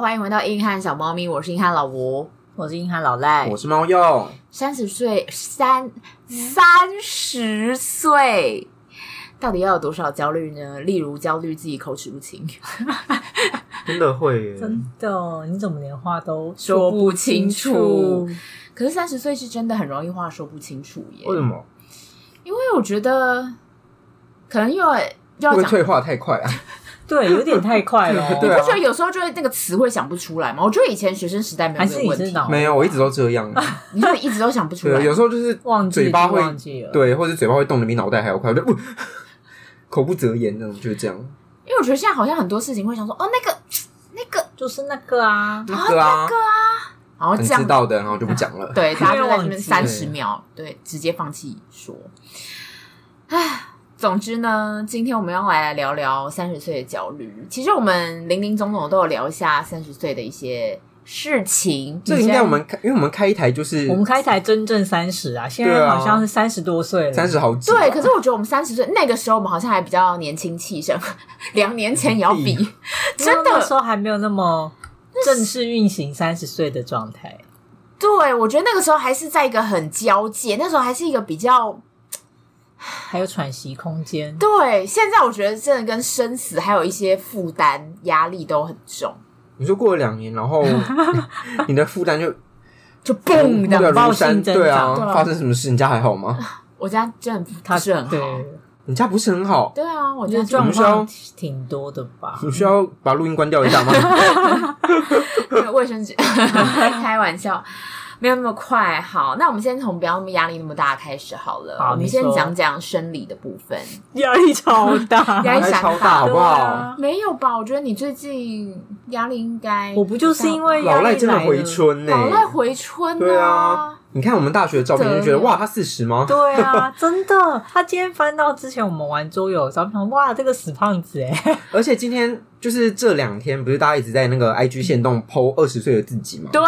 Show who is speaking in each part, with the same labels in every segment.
Speaker 1: 欢迎回到硬汉小猫咪，我是硬汉老吴。
Speaker 2: 我是硬汉老赖
Speaker 1: 哎
Speaker 3: 我，是猫鼬，
Speaker 1: 三十岁，三三十岁，到底要有多少焦虑呢？例如焦虑自己口齿不清，
Speaker 3: 真的会耶，
Speaker 2: 真的，你怎么连话都
Speaker 1: 说不清楚
Speaker 2: 楚？
Speaker 1: 可是三十岁是真的很容易话说不清楚耶。
Speaker 3: 为什么？
Speaker 1: 因为我觉得，可能又要又
Speaker 3: 会
Speaker 1: 要
Speaker 3: 不会
Speaker 1: 讲，
Speaker 3: 退化太快啊？。
Speaker 2: 对，有点太快了哦
Speaker 3: 对啊
Speaker 1: 我觉得有时候就会那个词汇想不出来嘛。我觉得以前学生时代没有
Speaker 2: 还
Speaker 1: 这
Speaker 2: 是
Speaker 1: 个
Speaker 2: 你
Speaker 1: 问
Speaker 2: 是
Speaker 1: 题，
Speaker 2: 脑
Speaker 3: 没有，我一直都这样。
Speaker 1: 你就一直都想不出来
Speaker 3: 对，。有时候就是
Speaker 2: 忘记
Speaker 3: 嘴巴会
Speaker 2: 忘记了？，
Speaker 3: 对，或者嘴巴会动的比脑袋还要快，我就不 口不择言那种，就是这样。
Speaker 1: 因为我觉得现在好像很多事情会想说，哦，那个那个，
Speaker 2: 就是那个啊，
Speaker 3: 那个啊，
Speaker 1: 然后
Speaker 3: 你
Speaker 1: 这样
Speaker 3: 知道的，然后就不讲 了。
Speaker 1: 对，大家就在这边
Speaker 2: 忘
Speaker 1: 三
Speaker 3: 记
Speaker 1: 十秒，对，直接放弃说。唉，总之呢，今天我们要来聊聊三十岁的焦虑。其实我们零零总总都有聊一下三十岁的一些事情。
Speaker 3: 这个应该我们开，因为我们开一台就是
Speaker 2: 我们开台真正三十啊，现在好像是三十多岁了，
Speaker 3: 三十好几吧，
Speaker 1: 对，可是我觉得我们三十岁那个时候，我们好像还比较年轻气盛，两年前也要比，真
Speaker 2: 那时
Speaker 1: 的。
Speaker 2: 候还没有那么正式运行三十岁的状态。
Speaker 1: 对，我觉得那个时候还是在一个很交界，那时候还是一个比较
Speaker 2: 还有喘息空间，
Speaker 1: 对。现在我觉得真的跟生死还有一些负担、压力都很重，
Speaker 3: 你说过了两年，然后你的负担就
Speaker 1: 就蹦
Speaker 3: 嗯那
Speaker 1: 的
Speaker 3: 个
Speaker 2: 暴
Speaker 3: 如山，
Speaker 2: 性增
Speaker 3: 对啊
Speaker 2: 长
Speaker 1: 对啊，
Speaker 3: 发生什么事？你家还好吗？
Speaker 1: 我家真的
Speaker 2: 他
Speaker 1: 不是很好。
Speaker 2: 对，
Speaker 3: 你家不是很好？
Speaker 1: 对啊，我
Speaker 2: 我
Speaker 1: 觉
Speaker 2: 觉
Speaker 1: 得
Speaker 2: 得
Speaker 1: 就
Speaker 2: 状
Speaker 3: 们需要
Speaker 2: 况挺多的吧。
Speaker 3: 你需要把录音关掉一下吗？
Speaker 1: 卫生 纸，开玩笑，没有那么快。好，那我们先从不要那么压力那么大开始好了。
Speaker 2: 好
Speaker 1: 我们
Speaker 2: 你
Speaker 1: 先
Speaker 2: 说
Speaker 1: 讲讲生理的部分。
Speaker 2: 压力超大
Speaker 1: 压力
Speaker 3: 还超大，好不
Speaker 2: 对
Speaker 3: 好
Speaker 2: 啊？
Speaker 1: 没有吧？我觉得你最近压力应该……
Speaker 2: 我不就是因为
Speaker 3: 老
Speaker 2: 压
Speaker 3: 赖
Speaker 2: 力
Speaker 3: 真的
Speaker 2: 来
Speaker 3: 回
Speaker 2: 了？
Speaker 3: 春欸呢、
Speaker 1: 老赖回春
Speaker 3: 对啊，你看我们大学的照片就觉得
Speaker 1: 得了
Speaker 3: 哇，他四十吗？
Speaker 2: 对啊，真的。他今天翻到之前我们玩桌游的照片，想哇，这个死胖子哎，
Speaker 3: 而且今天就是这两天，不是大家一直在那个 IG 线
Speaker 2: 嗯
Speaker 3: 动 PO 二十岁的自己嘛？
Speaker 1: 对，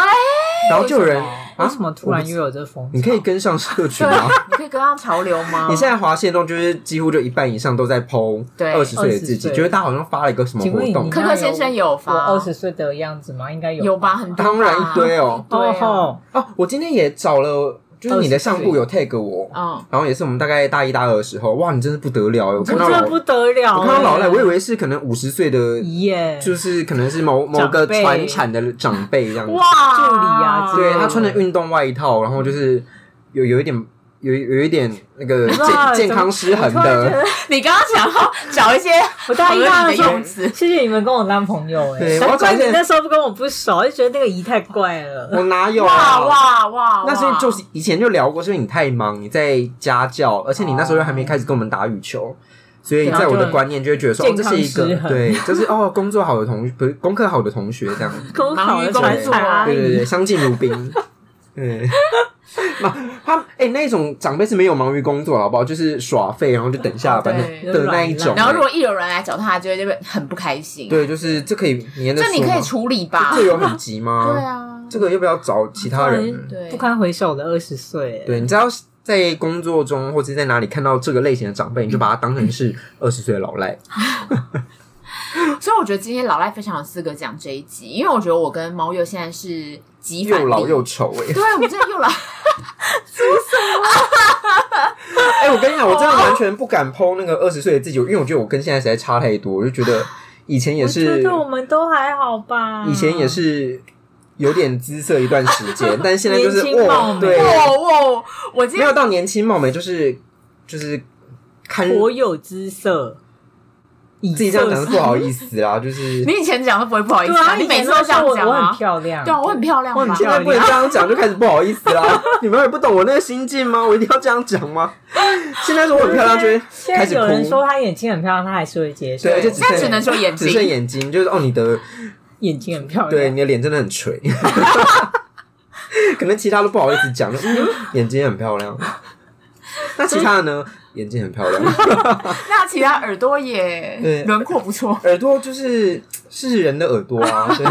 Speaker 3: 然后就有人
Speaker 2: 为
Speaker 3: 啊
Speaker 2: 什么突然又有这风潮？
Speaker 3: 你可以跟上社群
Speaker 1: 对
Speaker 3: 吗？
Speaker 1: 啊，你可以跟上潮流吗？
Speaker 3: 你现在滑线动就是几乎就一半以上都在 PO
Speaker 1: 对
Speaker 3: 二十岁的自己，
Speaker 2: 20岁
Speaker 3: 觉得大家好像发了一个什么
Speaker 2: 请问
Speaker 3: 活
Speaker 2: 你
Speaker 3: 动，
Speaker 1: 可可先生有
Speaker 2: 我
Speaker 1: 发
Speaker 2: 二十岁的样子吗？应该有
Speaker 1: 有吧？很多吧
Speaker 3: 当然一堆哦、
Speaker 1: 对啊
Speaker 2: 哦，
Speaker 3: 哦、我今天也找了，就是你的相簿有 tag 我，
Speaker 2: 哦
Speaker 1: 嗯，
Speaker 3: 然后也是我们大概大一大二的时候，哇，你真是不得了欸！我看
Speaker 2: 我
Speaker 3: 到
Speaker 2: 这
Speaker 3: 老，
Speaker 2: 不得了欸！
Speaker 3: 我看到老赖，我以为是可能五十岁的
Speaker 2: 耶，
Speaker 3: 就是可能是某某个
Speaker 2: 长辈
Speaker 3: 传产的长辈这样子。
Speaker 1: 哇，
Speaker 2: 助理啊之类
Speaker 3: 对
Speaker 2: 的
Speaker 3: 他穿着运动外套，然后就是有有一点有有一点那个
Speaker 2: 哇
Speaker 3: 健健康失衡的，
Speaker 1: 你刚刚想要找一些
Speaker 2: 我大一、大
Speaker 1: 合
Speaker 2: 二
Speaker 1: 理
Speaker 2: 时
Speaker 1: 的
Speaker 2: 候
Speaker 1: 用词，
Speaker 2: 谢谢你们跟我当朋友哎、
Speaker 3: 对我要
Speaker 2: 难怪
Speaker 3: 展
Speaker 2: 你
Speaker 3: 现
Speaker 2: 那时候不跟我不熟，就觉得那个姨太怪了。
Speaker 3: 我哪有
Speaker 1: 哇
Speaker 3: 啊？
Speaker 1: 哇哇！
Speaker 3: 那
Speaker 1: 哇
Speaker 3: 是就是以前就聊过，是因为你太忙，你在家教，而且你那时候又还没开始跟我们打羽球，所以在我的观念就会觉得说，哦
Speaker 2: 然，后
Speaker 3: 这
Speaker 2: 就是
Speaker 3: 一
Speaker 2: 啊健康失
Speaker 3: 个
Speaker 2: 衡
Speaker 3: 对，就是哦，工作好的同不是功课好的同学这样，
Speaker 2: 跟我考的
Speaker 1: 忙于
Speaker 2: 传
Speaker 1: 工作
Speaker 2: 产阿
Speaker 3: 对对
Speaker 2: 姨，
Speaker 3: 对，相敬如 宾。对， 那他哎、那种长辈是没有忙于工作，好不好？就是耍废，然后就等下班
Speaker 1: 哦对
Speaker 3: 的的那一种。
Speaker 1: 然后如果一有人来找他，他就会就会很不开心。，
Speaker 3: 对，就是这可以粘着
Speaker 1: 就
Speaker 3: 说吗，
Speaker 1: 你可以处理吧。
Speaker 3: 这有很急吗？
Speaker 1: 对，啊，
Speaker 3: 这个要不要找其他人？
Speaker 1: 对啊
Speaker 2: 不堪回首的二十岁欸，
Speaker 3: 对，你知道在工作中或者在哪里看到这个类型的长辈，你就把他当成是二十岁的老赖。
Speaker 1: 所以我觉得今天老赖非常有资格讲这一集，因为我觉得我跟猫鼬现在是极反
Speaker 3: 又老
Speaker 1: 例
Speaker 3: 又丑哎、
Speaker 1: 对，我们真的又老，
Speaker 3: 哎、我跟你讲，我真的完全不敢剖那个二十岁的自己，因为我觉得我跟现在实在差太多，我就觉得以前也
Speaker 2: 我觉
Speaker 3: 是
Speaker 2: 得，我们都还好吧。
Speaker 3: 以前也是有点姿色一段时间，但现在就是
Speaker 2: 年轻貌
Speaker 3: 哦，
Speaker 2: 美
Speaker 3: 对，
Speaker 1: 哇哇！我今
Speaker 3: 没
Speaker 1: 天
Speaker 3: 有到年轻貌美，就是就是看
Speaker 2: 颇
Speaker 3: 自
Speaker 2: 有姿色，以
Speaker 3: 己这样讲
Speaker 2: 色
Speaker 3: 是不好意思啊啦，就是
Speaker 1: 你以前讲都不会不好意思
Speaker 2: 对啊，
Speaker 1: 你每
Speaker 2: 以前
Speaker 1: 次
Speaker 2: 都
Speaker 1: 都这样
Speaker 2: 说
Speaker 1: 讲
Speaker 2: 我我
Speaker 1: 啊
Speaker 2: 很。漂亮，
Speaker 1: 对啊，我很漂亮
Speaker 2: 我很
Speaker 1: 吧？
Speaker 2: 漂
Speaker 3: 现
Speaker 2: 亮
Speaker 3: 在不能这样讲，就开始不好意思啦。你们也不懂我那个心境吗？我一定要这样讲吗？现在说我很漂亮，就会
Speaker 2: 现
Speaker 3: 开
Speaker 2: 在
Speaker 3: 始
Speaker 2: 有人
Speaker 3: 哭
Speaker 2: 说。他眼睛很漂亮，他还是会接受。
Speaker 3: 对，而且
Speaker 1: 现在只能说眼睛
Speaker 3: 只剩眼睛，就是哦，你的
Speaker 2: 眼睛很漂亮。
Speaker 3: 对，你的脸真的很垂， 可能其他都不好意思讲，就嗯眼睛很漂亮。那其他的呢？眼睛很漂亮，
Speaker 1: 那其他耳朵也
Speaker 3: 对
Speaker 1: 轮廓不错。
Speaker 3: 耳朵就是是人的耳朵啊， 对。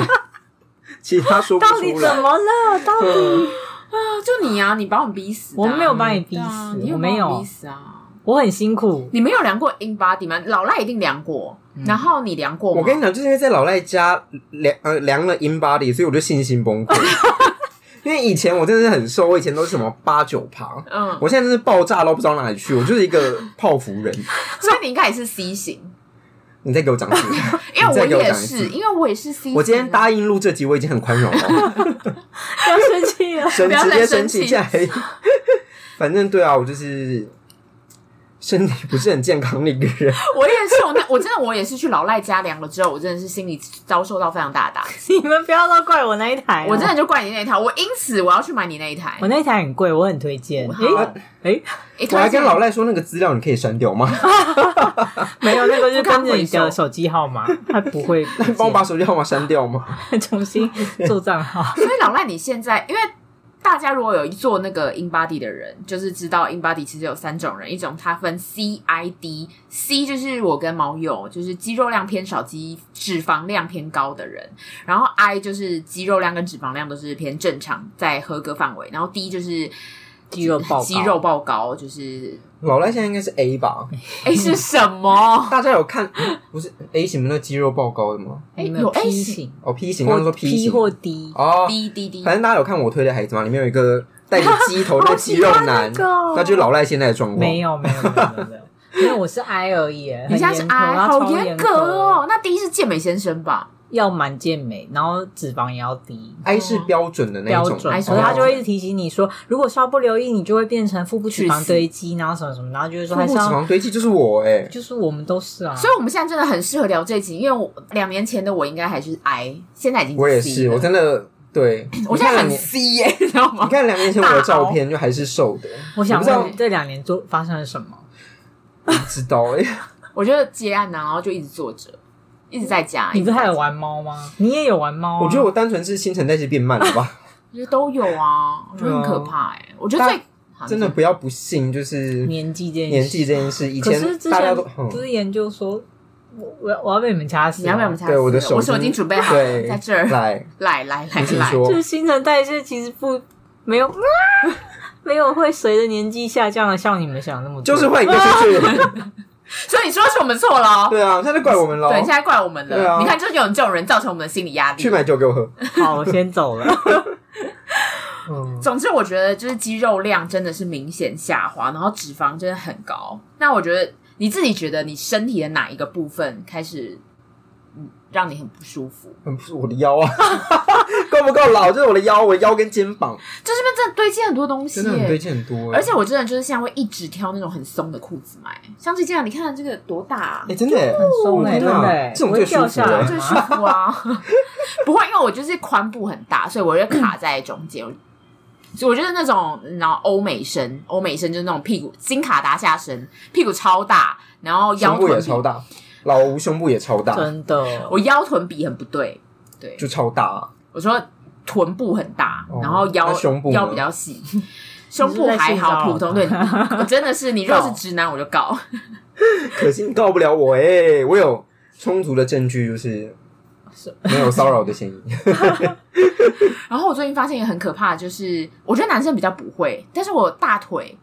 Speaker 3: 其他说不
Speaker 2: 到底
Speaker 3: 出
Speaker 2: 怎
Speaker 3: 来。
Speaker 2: 么了？到底
Speaker 3: 嗯
Speaker 1: 啊，就你啊，你把我们逼死的
Speaker 2: 我
Speaker 1: 啊。
Speaker 2: 没有把你逼
Speaker 1: 对啊
Speaker 2: 死
Speaker 1: 你，
Speaker 2: 我
Speaker 1: 把
Speaker 2: 没
Speaker 1: 我
Speaker 2: 有
Speaker 1: 逼，死啊。
Speaker 2: 我很辛苦。
Speaker 1: 你没有量过 in body 吗？老赖一定量过，
Speaker 2: 嗯
Speaker 1: 然后你量过吗？
Speaker 3: 我跟你讲，就是因为在老赖家量呃量了 in body，所以我就信心崩溃。 因为以前我真的是很瘦，我以前都是什么八九趴，
Speaker 1: 嗯，
Speaker 3: 我现在真是爆炸到不知道哪里去，我就是一个泡芙人。
Speaker 1: 所以你应该也是 C 型，
Speaker 3: 你再给我讲一次，
Speaker 1: 因为
Speaker 3: 你再
Speaker 1: 我
Speaker 3: 给我
Speaker 1: 也
Speaker 3: 讲一次
Speaker 1: 是，因为我也是 C 型啊。
Speaker 3: 我今天答应录这集，我已经很宽容了，
Speaker 2: 不要生气了。
Speaker 3: 神
Speaker 1: 不要
Speaker 3: 直
Speaker 1: 再
Speaker 3: 接
Speaker 1: 生
Speaker 3: 生
Speaker 1: 气
Speaker 3: 气下来。 反正对啊，我就是身体不是很健康的一个 人。
Speaker 1: 我也是，我那我真的我也是去老赖家量了之后，我真的是心里遭受到非常大的打击。
Speaker 2: 你们不要都怪我那
Speaker 3: 哎
Speaker 2: 一台哦、
Speaker 1: 我真的就怪你那一套，我因此我要去买你那一台
Speaker 2: 我。那一台很贵，我很推荐。
Speaker 1: 好啊
Speaker 2: 哎哎，
Speaker 1: 诶
Speaker 3: 我还跟老
Speaker 1: 赖，
Speaker 3: 赖说，那个资料你可以删掉 吗？
Speaker 2: 没有那个是
Speaker 1: 不敢
Speaker 2: 跟着你
Speaker 1: 回收
Speaker 2: 的手机号码，它不 会
Speaker 3: 帮我把手机号码删掉吗？
Speaker 2: 重新做账号。
Speaker 1: 所以老赖你现在因为。大家如果有做那个 InBody 的人，就是知道 InBody 其实有三种人，一种它分 CID，C 就是我跟毛友，就是肌肉量偏少、肌脂肪量偏高的人，然后 I 就是肌肉量跟脂肪量都是偏正常，在合格范围，然后 D 就是
Speaker 2: 肌肉爆 高
Speaker 1: 肌肉爆高，就是
Speaker 3: 老赖现在应该是 A 吧？
Speaker 1: 哎、是什么？
Speaker 3: 大家有看嗯不是 A 型的那肌肉爆高的吗？
Speaker 1: 哎
Speaker 2: 你们
Speaker 1: 有 A
Speaker 2: P
Speaker 1: 型
Speaker 2: 型
Speaker 3: 哦，P 型，刚刚
Speaker 2: 或
Speaker 3: 说 P
Speaker 2: P
Speaker 3: 型
Speaker 2: 或 D，
Speaker 3: 哦，
Speaker 1: 滴滴滴，
Speaker 3: 反正大家有看我推的孩子吗？里面有一个戴着鸡头的
Speaker 2: 好
Speaker 3: 肌
Speaker 2: 喜
Speaker 3: 肉
Speaker 2: 欢
Speaker 3: 男，
Speaker 2: 那个哦
Speaker 3: 那就是老赖现在的状况。
Speaker 2: 没有没有没有没有没有，因为我是 I 而已。
Speaker 1: 你现在是
Speaker 2: 很严格
Speaker 1: I，
Speaker 2: 它
Speaker 1: 好
Speaker 2: 超
Speaker 1: 严
Speaker 2: 严
Speaker 1: 格哦。那第一是健美先生吧？
Speaker 2: 要满健美，然后脂肪也要低。
Speaker 3: I 是标准的那
Speaker 2: 标
Speaker 3: 一种，
Speaker 2: 准，
Speaker 1: 哎
Speaker 2: 所以
Speaker 1: 哦
Speaker 2: 他就会一直提醒你说，如果稍不留意，你就会变成腹部脂
Speaker 1: 去
Speaker 2: 肪
Speaker 1: 死
Speaker 2: 堆积，然后什么什么，然后就是说
Speaker 3: 腹
Speaker 2: 还
Speaker 3: 部
Speaker 2: 是
Speaker 3: 脂
Speaker 2: 要，
Speaker 3: 肪堆积哦就是我哎、
Speaker 2: 就是我们都是啊，
Speaker 1: 所以我们现在真的很适合聊这集，因为我两年前的我应该还是 I，现在已经
Speaker 3: 我也
Speaker 1: C
Speaker 3: 是，
Speaker 1: 了
Speaker 3: 我真的对。
Speaker 1: 我
Speaker 3: 你
Speaker 1: 现
Speaker 3: 看
Speaker 1: 在
Speaker 3: 两
Speaker 1: 很
Speaker 3: 年，
Speaker 1: C 耶、你知道
Speaker 3: 你
Speaker 1: 吗？
Speaker 3: 看两年前我的照片就还是瘦的，
Speaker 2: 我想
Speaker 3: 不知道
Speaker 2: 问这两年做发生了什么？
Speaker 3: 不知道哎、
Speaker 1: 我就接案啊呐、然后就一直坐着，一直在家。
Speaker 2: 你不是还
Speaker 1: 一直
Speaker 2: 有
Speaker 1: 在家？
Speaker 2: 玩猫吗？你也有玩猫、啊？
Speaker 3: 哎我觉得我单纯是新陈代谢变慢了 吧，
Speaker 1: 我觉得都有啊，我觉得很可怕哎、我觉得最好
Speaker 3: 真的
Speaker 1: 你
Speaker 3: 不要不信，就是
Speaker 2: 年纪这件事
Speaker 3: 年纪这件事，以
Speaker 2: 可是
Speaker 3: 前
Speaker 2: 之
Speaker 3: 大家
Speaker 2: 前
Speaker 3: 都
Speaker 2: 不
Speaker 3: 嗯
Speaker 2: 是研究说，我我要我要被你们掐死啊
Speaker 1: 先
Speaker 2: 吗，
Speaker 1: 你要不要我们下次
Speaker 3: 对我的手
Speaker 1: 我手已经准备好了，
Speaker 3: 对
Speaker 1: 在这儿，
Speaker 3: 来，
Speaker 1: 来来来
Speaker 3: 你请
Speaker 1: 来，
Speaker 3: 说
Speaker 2: 就，是新陈代谢其实不没有、 没有会随着年纪下降的，像你们想的那么多，
Speaker 3: 就是换一个出去。
Speaker 1: 所以你说是我们错了哦。
Speaker 3: 对啊，现在就怪我们喽
Speaker 1: 对，。现在怪我们
Speaker 3: 对
Speaker 1: 了。
Speaker 3: 啊
Speaker 1: 你看，就是有你这种人造成我们的心理压力。
Speaker 3: 去买酒给我喝。
Speaker 2: 好，我先走 了。
Speaker 3: 嗯，
Speaker 1: 总之，我觉得就是肌肉量真的是明显下滑，然后脂肪真的很高。那我觉得你自己觉得你身体的哪一个部分开始，嗯，让你很不舒服？
Speaker 3: 很不是我的腰啊， 够不够老？就是我的腰，我的腰跟肩膀
Speaker 1: 就这边真的堆积很多东西
Speaker 3: 真的很堆
Speaker 1: 耶，
Speaker 3: 积很多欸。
Speaker 1: 而且我真的就是现在会一直挑那种很松的裤子买。像这件，你看这个多大、啊
Speaker 3: 哎，？真的欸
Speaker 2: 很松
Speaker 3: 哦
Speaker 2: 欸
Speaker 3: 真的啊
Speaker 2: 真的欸
Speaker 3: 这种
Speaker 2: 不
Speaker 3: 最
Speaker 2: 会
Speaker 3: 舒
Speaker 2: 掉
Speaker 3: 服
Speaker 2: 下来
Speaker 3: 欸。
Speaker 1: 最舒服啊！ 不会，因为我就是髋部很大，所以我就卡在中间。所以我觉得那种，然后欧美身，欧美身就是那种屁股金卡达下身，屁股超大，然后腰
Speaker 3: 胸部
Speaker 1: 臀
Speaker 3: 也
Speaker 1: 比
Speaker 3: 超大，老吴胸部也超大，
Speaker 2: 真的，
Speaker 1: 我腰臀比很不对。对，
Speaker 3: 就超大 啊。
Speaker 1: 我说臀部很大，
Speaker 3: 哦
Speaker 1: 然后腰
Speaker 3: 那胸部呢
Speaker 1: 腰比较细，胸部
Speaker 2: 你是在
Speaker 1: 还
Speaker 2: 性骚
Speaker 1: 好，
Speaker 2: 扰
Speaker 1: 普通。对，我真的是你如果是直男，我就告。
Speaker 3: 可惜你告不了我哎、我有充足的证据，就是
Speaker 2: 是
Speaker 3: 没有骚扰的嫌疑。
Speaker 1: 然后我最近发现也很可怕，就是我觉得男生比较不会，但是我大腿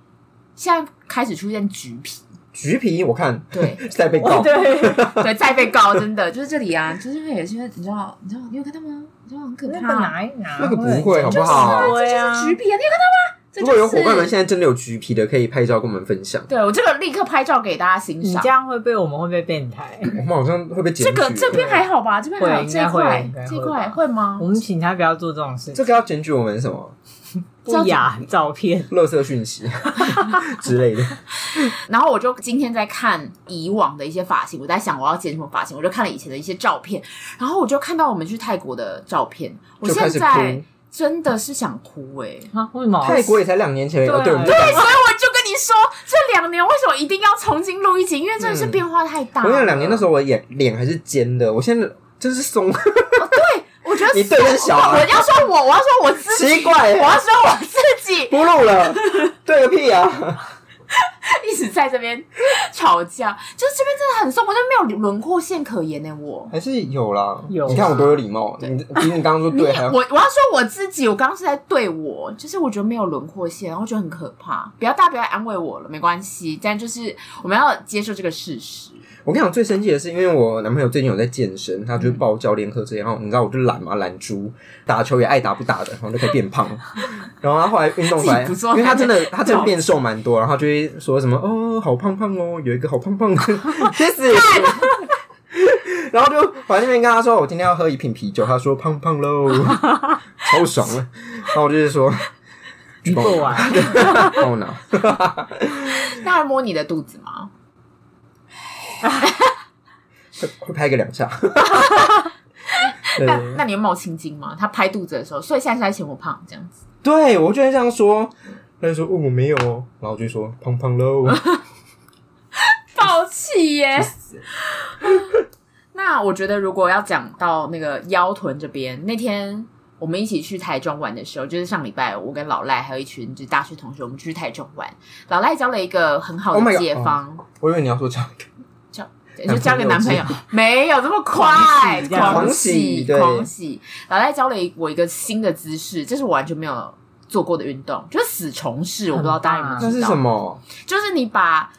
Speaker 1: 现在开始出现橘皮，
Speaker 3: 橘皮，我看
Speaker 1: 对
Speaker 3: 是 在被告，
Speaker 2: 哦对，
Speaker 1: 对，再被告，真的就是这里啊， 就是因为也是因为你知道，你知道你有看到吗？你知道很可
Speaker 2: 那个
Speaker 1: 怕，
Speaker 2: 拿一拿，
Speaker 3: 那个不会好不好
Speaker 2: 就
Speaker 1: 这
Speaker 2: 是啊对
Speaker 1: 就
Speaker 2: 啊
Speaker 1: 是，橘皮啊，你有看到吗？这
Speaker 3: 哦如
Speaker 1: 就是
Speaker 3: 果有伙伴们现在真的有橘皮的，可以拍照跟我们分享。
Speaker 1: 对我这个立刻拍照给大家欣
Speaker 2: 你
Speaker 3: 嗯
Speaker 1: 赏
Speaker 2: 这。样会被我们会被变 态。
Speaker 3: 我们好像会被检
Speaker 1: 这
Speaker 3: 举。
Speaker 1: 个这边还好吧？这边还好
Speaker 2: 会
Speaker 1: 这一
Speaker 2: 应
Speaker 1: 块
Speaker 2: 该会
Speaker 1: 这一
Speaker 2: 应该会
Speaker 1: 块
Speaker 2: 吧
Speaker 1: 会吗
Speaker 2: 我？们请他不要做这种事，
Speaker 3: 这
Speaker 2: 情，
Speaker 3: 个要检举我们什么？
Speaker 2: 不雅照片。
Speaker 3: 垃圾讯 息之类的。
Speaker 1: 然后我就今天在看以往的一些发型，我在想我要剪什么发型，我就看了以前的一些照片，然后我就看到我们去泰国的照片，我
Speaker 3: 就开
Speaker 1: 现
Speaker 3: 始
Speaker 1: 在
Speaker 3: 哭
Speaker 1: 真的是想哭哎、
Speaker 2: 啊？为什么？
Speaker 3: 泰国也才两年前而已，
Speaker 2: 对啊
Speaker 3: 哦对，我们就
Speaker 1: 对，所以我就跟你说，这两年为什么一定要重新录一集？因为真的是变化太大了。
Speaker 3: 我那两年那时候我眼脸还是尖的，我现在真是松，
Speaker 1: 我觉得
Speaker 3: 你对的小啊
Speaker 1: 我我要说我，我要说我自己，
Speaker 3: 奇怪
Speaker 1: 我要说我自己，
Speaker 3: 不录 了，对个屁啊！
Speaker 1: 一直在这边吵架，就是这边真的很松，我就没有轮廓线可言呢、欸我。
Speaker 3: 还是有啦，
Speaker 2: 有
Speaker 1: 啊
Speaker 3: 你看我多有礼貌，啊你比你刚刚说
Speaker 1: 你
Speaker 3: 对还要
Speaker 1: 我我要说我自己，我刚刚是在对我，就是我觉得没有轮廓线，然后觉得很可怕。不要大家不要安慰我了，没关系，但就是我们要接受这个事实。
Speaker 3: 我跟你讲，最生气的是，因为我男朋友最近有在健身，他就是报教练课这些，然后你知道我就懒嘛，懒猪，打球也爱打不打的，然后就可以变 胖。然后他后来运动回来，
Speaker 1: 自己不做
Speaker 3: 因为他真的他真的变瘦蛮 多，然后他就会说什么哦，好胖胖哦，有一个好胖胖的， 确实。 然后就跑来那边跟他说：“我今天要喝一瓶啤酒。”他说：“胖胖喽， 超爽了。”然后我就是说：“哦
Speaker 2: 你过完，
Speaker 3: 帮我拿。”
Speaker 1: 那他摸你的肚子吗？
Speaker 3: 会 会拍个两下。对
Speaker 1: 那那你有冒青筋吗？他拍肚子的时候，所以现在是在嫌我胖这样子。
Speaker 3: 对，我就会这样说。他就说：“哦，我没有哦。”然后我就说：“胖胖喽。
Speaker 1: 暴气 耶！ 那我觉得，如果要讲到那个腰臀这边，那天我们一起去台中玩的时候，就是上礼拜我跟老赖还有一群就是大学同学，我们去台中玩。老赖交了一个很好
Speaker 3: Oh my
Speaker 1: 的
Speaker 3: god，
Speaker 1: 街
Speaker 2: 哦
Speaker 1: 坊，”
Speaker 3: 我以为你要说 这样，
Speaker 1: 对就交个男朋友
Speaker 3: 男，
Speaker 1: 没有这么快，
Speaker 2: 狂喜这样
Speaker 1: 狂
Speaker 3: 狂喜
Speaker 1: 喜
Speaker 3: 对
Speaker 1: 狂喜。老赖教了我一个新的姿势，这是我完全没有做过的运动，就是死虫式，我不知道大家有没有
Speaker 3: 那
Speaker 1: 知
Speaker 3: 是
Speaker 1: 道，
Speaker 3: 什么？
Speaker 1: 就是你把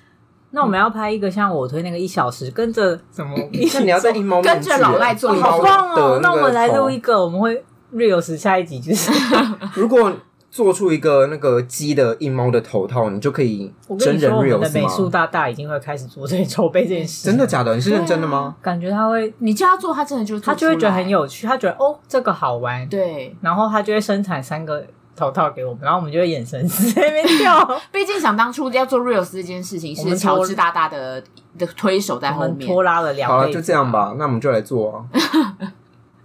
Speaker 2: 那我们要拍一个像我推那个一小时，跟着什么？
Speaker 3: 那你要在一猫面
Speaker 1: 跟着老赖做
Speaker 3: 一
Speaker 1: 一
Speaker 3: 猫
Speaker 2: 好棒哦！
Speaker 3: 的
Speaker 2: 那我们来录
Speaker 3: 个
Speaker 2: 一个，我们会 reels 下一集就是
Speaker 3: 头。如果做出一个那个鸡的一猫的头套，你就可以
Speaker 2: 我跟
Speaker 3: 真
Speaker 2: 你
Speaker 3: 人
Speaker 2: 说，我们的
Speaker 3: reels
Speaker 2: 美术
Speaker 3: 吗？
Speaker 2: 大大已经会开始做这筹备这件事，
Speaker 3: 真的假的？你是认真的吗？
Speaker 2: 感觉他会，
Speaker 1: 你叫他做，他真的就
Speaker 2: 他就会觉得很
Speaker 1: 有
Speaker 2: 有趣，他觉得哦这个好玩，
Speaker 1: 对。
Speaker 2: 然后他就会生产三个头套给我们，然后我们就会眼神在那边 跳，
Speaker 1: 毕竟想当初要做 reels 这件事情，
Speaker 2: 我们
Speaker 1: 是
Speaker 2: 拖
Speaker 1: 乔治大大的的推手在
Speaker 2: 我
Speaker 1: 后
Speaker 2: 们
Speaker 1: 面。
Speaker 2: 拖拉了两
Speaker 3: 好了，
Speaker 2: 辈
Speaker 3: 就
Speaker 2: 子
Speaker 3: 这样吧。那我们就来做 啊。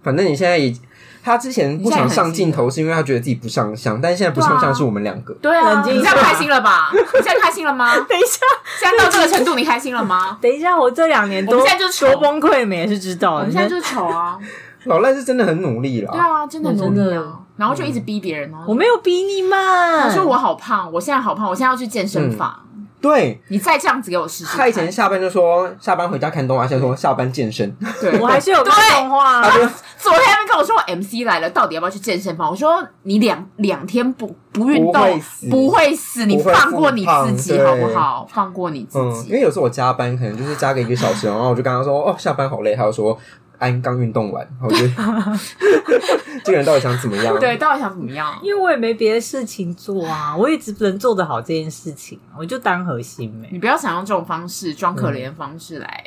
Speaker 3: 反正你现在已，他之前不想上镜头，是因为他觉得自己不上相，但是现在不上
Speaker 1: 对
Speaker 3: 相
Speaker 1: 啊
Speaker 3: 是我们两个。
Speaker 1: 对啊，
Speaker 2: 冷静一
Speaker 1: 你
Speaker 2: 下
Speaker 1: 现在开心了吧？你现在开心了吗？
Speaker 2: 等一下，
Speaker 1: 现在到这个程度，你开心了 吗？
Speaker 2: 等一下，我这两年
Speaker 1: 我
Speaker 2: 多
Speaker 1: 们现在就是
Speaker 2: 多
Speaker 1: 丑
Speaker 2: 崩溃，你们也是知道
Speaker 1: 我
Speaker 2: 的。
Speaker 1: 们现在就是丑 啊，
Speaker 3: 老赖是真的很努力啦。
Speaker 1: 对啊，真的很努
Speaker 2: 我
Speaker 1: 力
Speaker 2: 真
Speaker 1: 啊
Speaker 2: 的。
Speaker 1: 然后就一直逼别人哦，
Speaker 2: 我没有嗯逼你嘛，
Speaker 1: 他说我好胖，我现在好胖，我现在要去健身房。
Speaker 3: 对，
Speaker 1: 你再这样子给我试试看。
Speaker 3: 他以前下班就说下班回家看动画，现在说下班健身。嗯
Speaker 1: 对
Speaker 2: 我还是有看动画
Speaker 3: 他
Speaker 2: 啊。
Speaker 3: 说
Speaker 1: 昨天他们跟我说 MC 来了，到底要不要去健身房？我说你两两天不不运
Speaker 3: 不会
Speaker 1: 动
Speaker 3: 死
Speaker 1: 不会死，你
Speaker 3: 不会
Speaker 1: 放过你
Speaker 3: 复胖
Speaker 1: 自己
Speaker 3: 对
Speaker 1: 好不好？放过你自
Speaker 3: 嗯，因为
Speaker 1: 己。
Speaker 3: 有时候我加班可能就是加个一个小时，然后我就跟他说哦下班好累，他就说安刚运动完，然后我就 这个人到底想怎么样？
Speaker 1: 对，，到底想怎么样？
Speaker 2: 因为我也没别的事情做啊，我一直能做得好这件事情，我就当核心欸呗、
Speaker 1: 你不要想用这种方式装可
Speaker 3: 嗯
Speaker 1: 怜的方式来，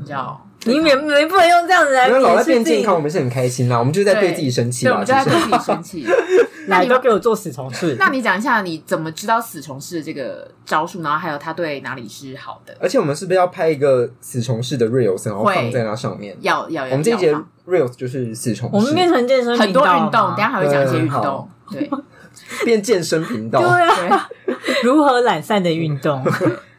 Speaker 1: 你知道？
Speaker 2: 你没没不能用这样子来
Speaker 3: 因为老赖
Speaker 2: 鄙视
Speaker 3: 变
Speaker 2: 自己
Speaker 3: 健，康，我们是很开心啦，我们就是在对自己生气
Speaker 1: 对，我
Speaker 3: 啦，
Speaker 1: 们
Speaker 3: 其
Speaker 1: 就在
Speaker 3: 实
Speaker 1: 对。自己生气。那
Speaker 2: 来
Speaker 1: 你
Speaker 2: 都给我做死虫事。
Speaker 1: 那你讲一下你怎么知道死虫式这个招数，然后还有它对哪里是好的？
Speaker 3: 而且我们是不是要拍一个死虫式的 reels，然后
Speaker 1: 会
Speaker 3: 放在那上面？
Speaker 1: 要要要，
Speaker 3: 我们这一节
Speaker 1: 要放
Speaker 3: reels 就是死虫
Speaker 2: 我们
Speaker 3: 式，
Speaker 2: 变成健身频
Speaker 1: 很多
Speaker 2: 道
Speaker 1: 运动，
Speaker 2: 吗
Speaker 1: 等一下还会讲一些
Speaker 3: 嗯
Speaker 1: 运
Speaker 3: 好
Speaker 1: 动。对
Speaker 3: 变健身频道。
Speaker 2: 对啊，
Speaker 1: 对，
Speaker 2: 如何懒散的运动？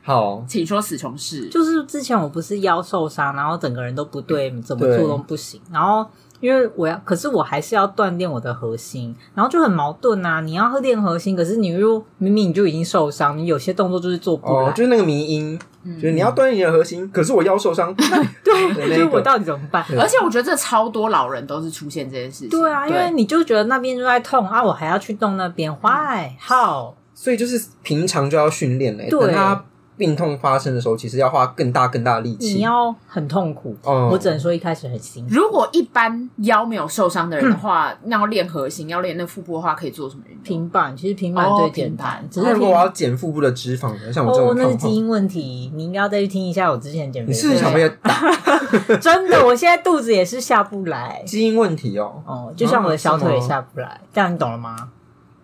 Speaker 3: 好，
Speaker 1: 请说死虫式。
Speaker 2: 就是之前我不是腰受伤，然后整个人都不对，怎么
Speaker 3: 对
Speaker 2: 做都不行。然后因为我要，可是我还是要锻炼我的核心，然后就很矛盾啊！你要练核心，可是你又明明你就已经受伤，你有些动作就是做不嗯来。
Speaker 3: 哦，就是那个迷音，就是你要锻炼你的核心，可是我腰受 伤，那你
Speaker 2: 对，
Speaker 3: 的
Speaker 2: 就
Speaker 3: 那
Speaker 2: 是
Speaker 3: 个
Speaker 2: 我到底怎么办？
Speaker 3: 对
Speaker 1: 而且我觉得这超多老人都是出现这件事情。
Speaker 2: 对啊，因为你就觉得那边就在痛啊，我还要去动那边，why how？
Speaker 3: 所以就是平常就要训练嘞。
Speaker 2: 对
Speaker 3: 等他病痛发生的时候，其实要花更大更大的力气。
Speaker 2: 你要很痛苦。
Speaker 3: 哦
Speaker 2: 我只能说一开始很辛苦。
Speaker 1: 如果一般腰没有受伤的人
Speaker 3: 嗯
Speaker 1: 的话，那要练核心，要练那腹部的话，可以做什么运动？
Speaker 2: 平板其实平板
Speaker 1: 哦
Speaker 2: 最简
Speaker 1: 平
Speaker 2: 单，
Speaker 1: 板
Speaker 2: 只
Speaker 3: 那
Speaker 2: 是
Speaker 3: 如果我要减腹部的脂肪呢，像我这
Speaker 2: 哦，
Speaker 3: 种
Speaker 2: 那是
Speaker 3: 胖
Speaker 2: 基
Speaker 3: 胖，
Speaker 2: 因问题，你应该要再去听一下我之前减肥
Speaker 3: 你
Speaker 2: 的。
Speaker 3: 是不是想被打
Speaker 2: 真的，我现在肚子也是下不来。
Speaker 3: 基因问题哦？
Speaker 2: 哦，就像我的小腿也
Speaker 3: 是吗
Speaker 2: 下不来，这样你懂了吗？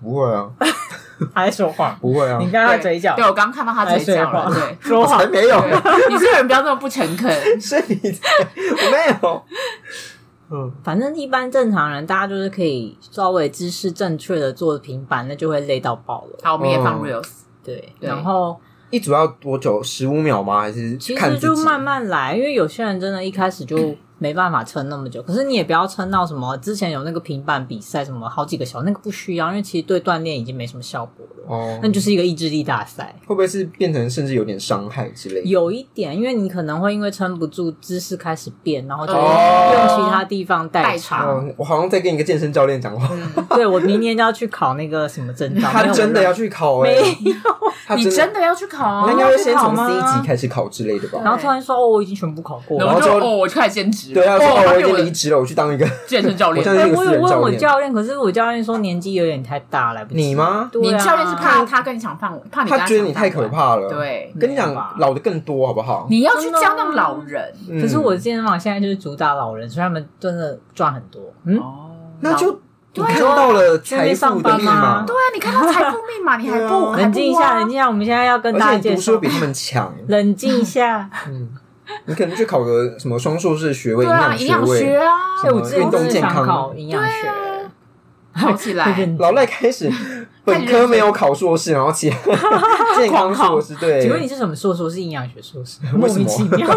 Speaker 3: 不会啊，
Speaker 2: 他在说谎，
Speaker 3: 不会啊
Speaker 2: 你，看他的嘴角
Speaker 1: 对，我刚刚看到他
Speaker 2: 在
Speaker 1: 嘴
Speaker 2: 说
Speaker 1: 角了。
Speaker 2: 谎，
Speaker 1: 对，
Speaker 2: 说
Speaker 3: 还
Speaker 2: 谎。
Speaker 3: 没有，
Speaker 1: 对你这个人不要这么不诚恳。
Speaker 3: 是你在，我没有。嗯，
Speaker 2: 反正一般正常人，大家就是可以稍微姿势正确的做平板，那就会累到爆了。
Speaker 1: 好，我们也放
Speaker 3: 嗯
Speaker 1: reels。
Speaker 2: 对，
Speaker 1: 对
Speaker 2: 然后
Speaker 3: 一组要多久？十五秒吗？还是
Speaker 2: 其
Speaker 3: 看
Speaker 2: 实
Speaker 3: 自己
Speaker 2: 就慢慢来，因为有些人真的一开始就没办法撑那么久。可是你也不要撑到什么，之前有那个平板比赛什么好几个小时，那个不需要，因为其实对锻炼已经没什么效果了。
Speaker 3: 哦，
Speaker 2: 那就是一个意志力大赛，
Speaker 3: 会不会是变成甚至有点伤害之类的？
Speaker 2: 有一点，因为你可能会因为撑不住，姿势开始变，然后就
Speaker 3: 哦
Speaker 2: 用其他地方代
Speaker 1: 代
Speaker 2: 偿。
Speaker 3: 哦，我好像在跟一个健身教练讲话，
Speaker 2: 对我明年就要去考那个什么证照，没
Speaker 3: 他
Speaker 2: 有
Speaker 3: 真的
Speaker 2: 人
Speaker 3: 要去考哎、
Speaker 2: 没
Speaker 3: 欸，
Speaker 2: 有，
Speaker 3: 他
Speaker 1: 你真的要去考
Speaker 3: 他应该会先
Speaker 2: 要
Speaker 3: 从
Speaker 2: 去考
Speaker 3: C
Speaker 2: 吗
Speaker 3: 级开始考之类的吧？
Speaker 2: 然后突然说哦，我已经全部考过了
Speaker 1: 然。后
Speaker 3: 然后
Speaker 1: 就
Speaker 3: 就
Speaker 1: 哦，我去开始兼职了，
Speaker 3: 对啊，说
Speaker 1: 哦，
Speaker 3: 哦，
Speaker 1: 他
Speaker 3: 我已
Speaker 1: 给我
Speaker 3: 经离职了，我去当 一个
Speaker 1: 健身教
Speaker 3: 我
Speaker 1: 练
Speaker 3: 现。在是
Speaker 2: 哎
Speaker 3: 一个
Speaker 2: 我
Speaker 3: 私
Speaker 2: 有
Speaker 3: 人
Speaker 2: 问我
Speaker 3: 练。
Speaker 2: 教练，可是我教练说年纪有点太大，来不及。
Speaker 3: 你？吗？
Speaker 2: 对
Speaker 1: 你
Speaker 2: 啊，
Speaker 1: 教练是怕他跟你抢饭碗，怕你跟
Speaker 3: 他觉得
Speaker 1: 抢
Speaker 3: 你太
Speaker 1: 饭
Speaker 3: 可
Speaker 1: 碗。
Speaker 3: 怕了。，
Speaker 1: 对，
Speaker 3: 跟你讲
Speaker 2: 没有吧，
Speaker 3: 老的更多好不好？
Speaker 1: 你要去
Speaker 2: 真的
Speaker 1: 教那
Speaker 2: 吗
Speaker 1: 种老人
Speaker 3: 嗯
Speaker 2: 可是我的健身房现在就是主打老人，所以他们真的赚很多。嗯，
Speaker 1: 哦，
Speaker 3: 那
Speaker 1: 老
Speaker 3: 就你
Speaker 1: 对啊
Speaker 3: 看到了财富
Speaker 2: 上
Speaker 3: 的
Speaker 2: 班
Speaker 3: 密码
Speaker 2: 吗，
Speaker 1: 对啊，你看到财富密码，你还
Speaker 3: 对啊
Speaker 1: 不还不
Speaker 2: 冷静一下，
Speaker 1: 挖
Speaker 2: 冷静一下，我们现在要跟大家
Speaker 3: 而且
Speaker 2: 介
Speaker 3: 你读
Speaker 2: 绍
Speaker 3: 书。比他们 强。
Speaker 2: 冷静一下，
Speaker 3: 嗯，你可能去考个什么双硕士学位、
Speaker 1: 对啊，营
Speaker 3: 学啊
Speaker 1: 养
Speaker 3: 位
Speaker 1: 学。啊，
Speaker 3: 什
Speaker 2: 哎，
Speaker 3: 么
Speaker 2: 我之前
Speaker 3: 运动
Speaker 2: 真的
Speaker 3: 健
Speaker 2: 想
Speaker 3: 康
Speaker 2: 考营养学，
Speaker 1: 好起来
Speaker 2: 会， 认
Speaker 3: 老赖开始本科没有考硕士，然后其 他健康硕士。对，
Speaker 2: 请问你是什么硕士？我是营养学硕 士，
Speaker 3: 为
Speaker 2: 莫
Speaker 3: 什么
Speaker 2: 名其妙。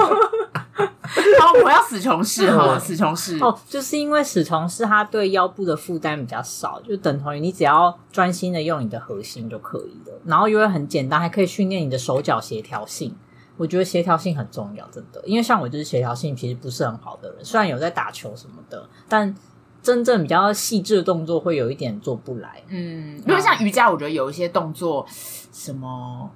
Speaker 1: 好，我要死虫式好
Speaker 3: 嗯
Speaker 1: 了，死虫式。
Speaker 2: 哦，就是因为死虫是它对腰部的负担比较少，就等同于你只要专心的用你的核心就可以了，然后又会很简单，还可以训练你的手脚协调性。我觉得协调性很重要，真的，因为像我就是协调性其实不是很好的人，虽然有在打球什么的，但真正比较细致的动作会有一点做不来。
Speaker 1: 嗯，因为像瑜伽，我觉得有一些动作，什么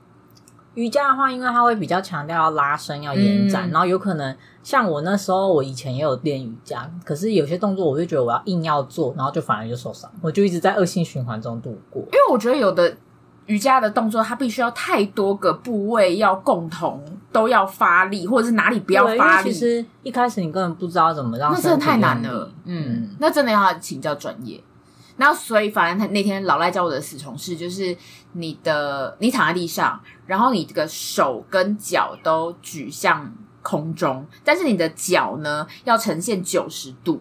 Speaker 2: 瑜伽的话，因为它会比较强调要拉伸、要延
Speaker 1: 嗯
Speaker 2: 展，然后有可能像我那时候，我以前也有练瑜伽，可是有些动作我就觉得我要硬要做，然后就反而就受伤，我就一直在恶性循环中度过。
Speaker 1: 因为我觉得有的瑜伽的动作，它必须要太多个部位要共同都要发力，或者是哪里不要
Speaker 2: 对因为
Speaker 1: 发力
Speaker 2: 其，实一开始你根本不知道怎么让
Speaker 1: 那真的
Speaker 2: 身体
Speaker 1: 太难
Speaker 2: 用力
Speaker 1: 了。嗯，那真的要请教专业。然后，所以反正他那天老赖教我的死虫式就是你的，你躺在地上，然后你这个手跟脚都举向空中，但是你的脚呢要呈现九十度，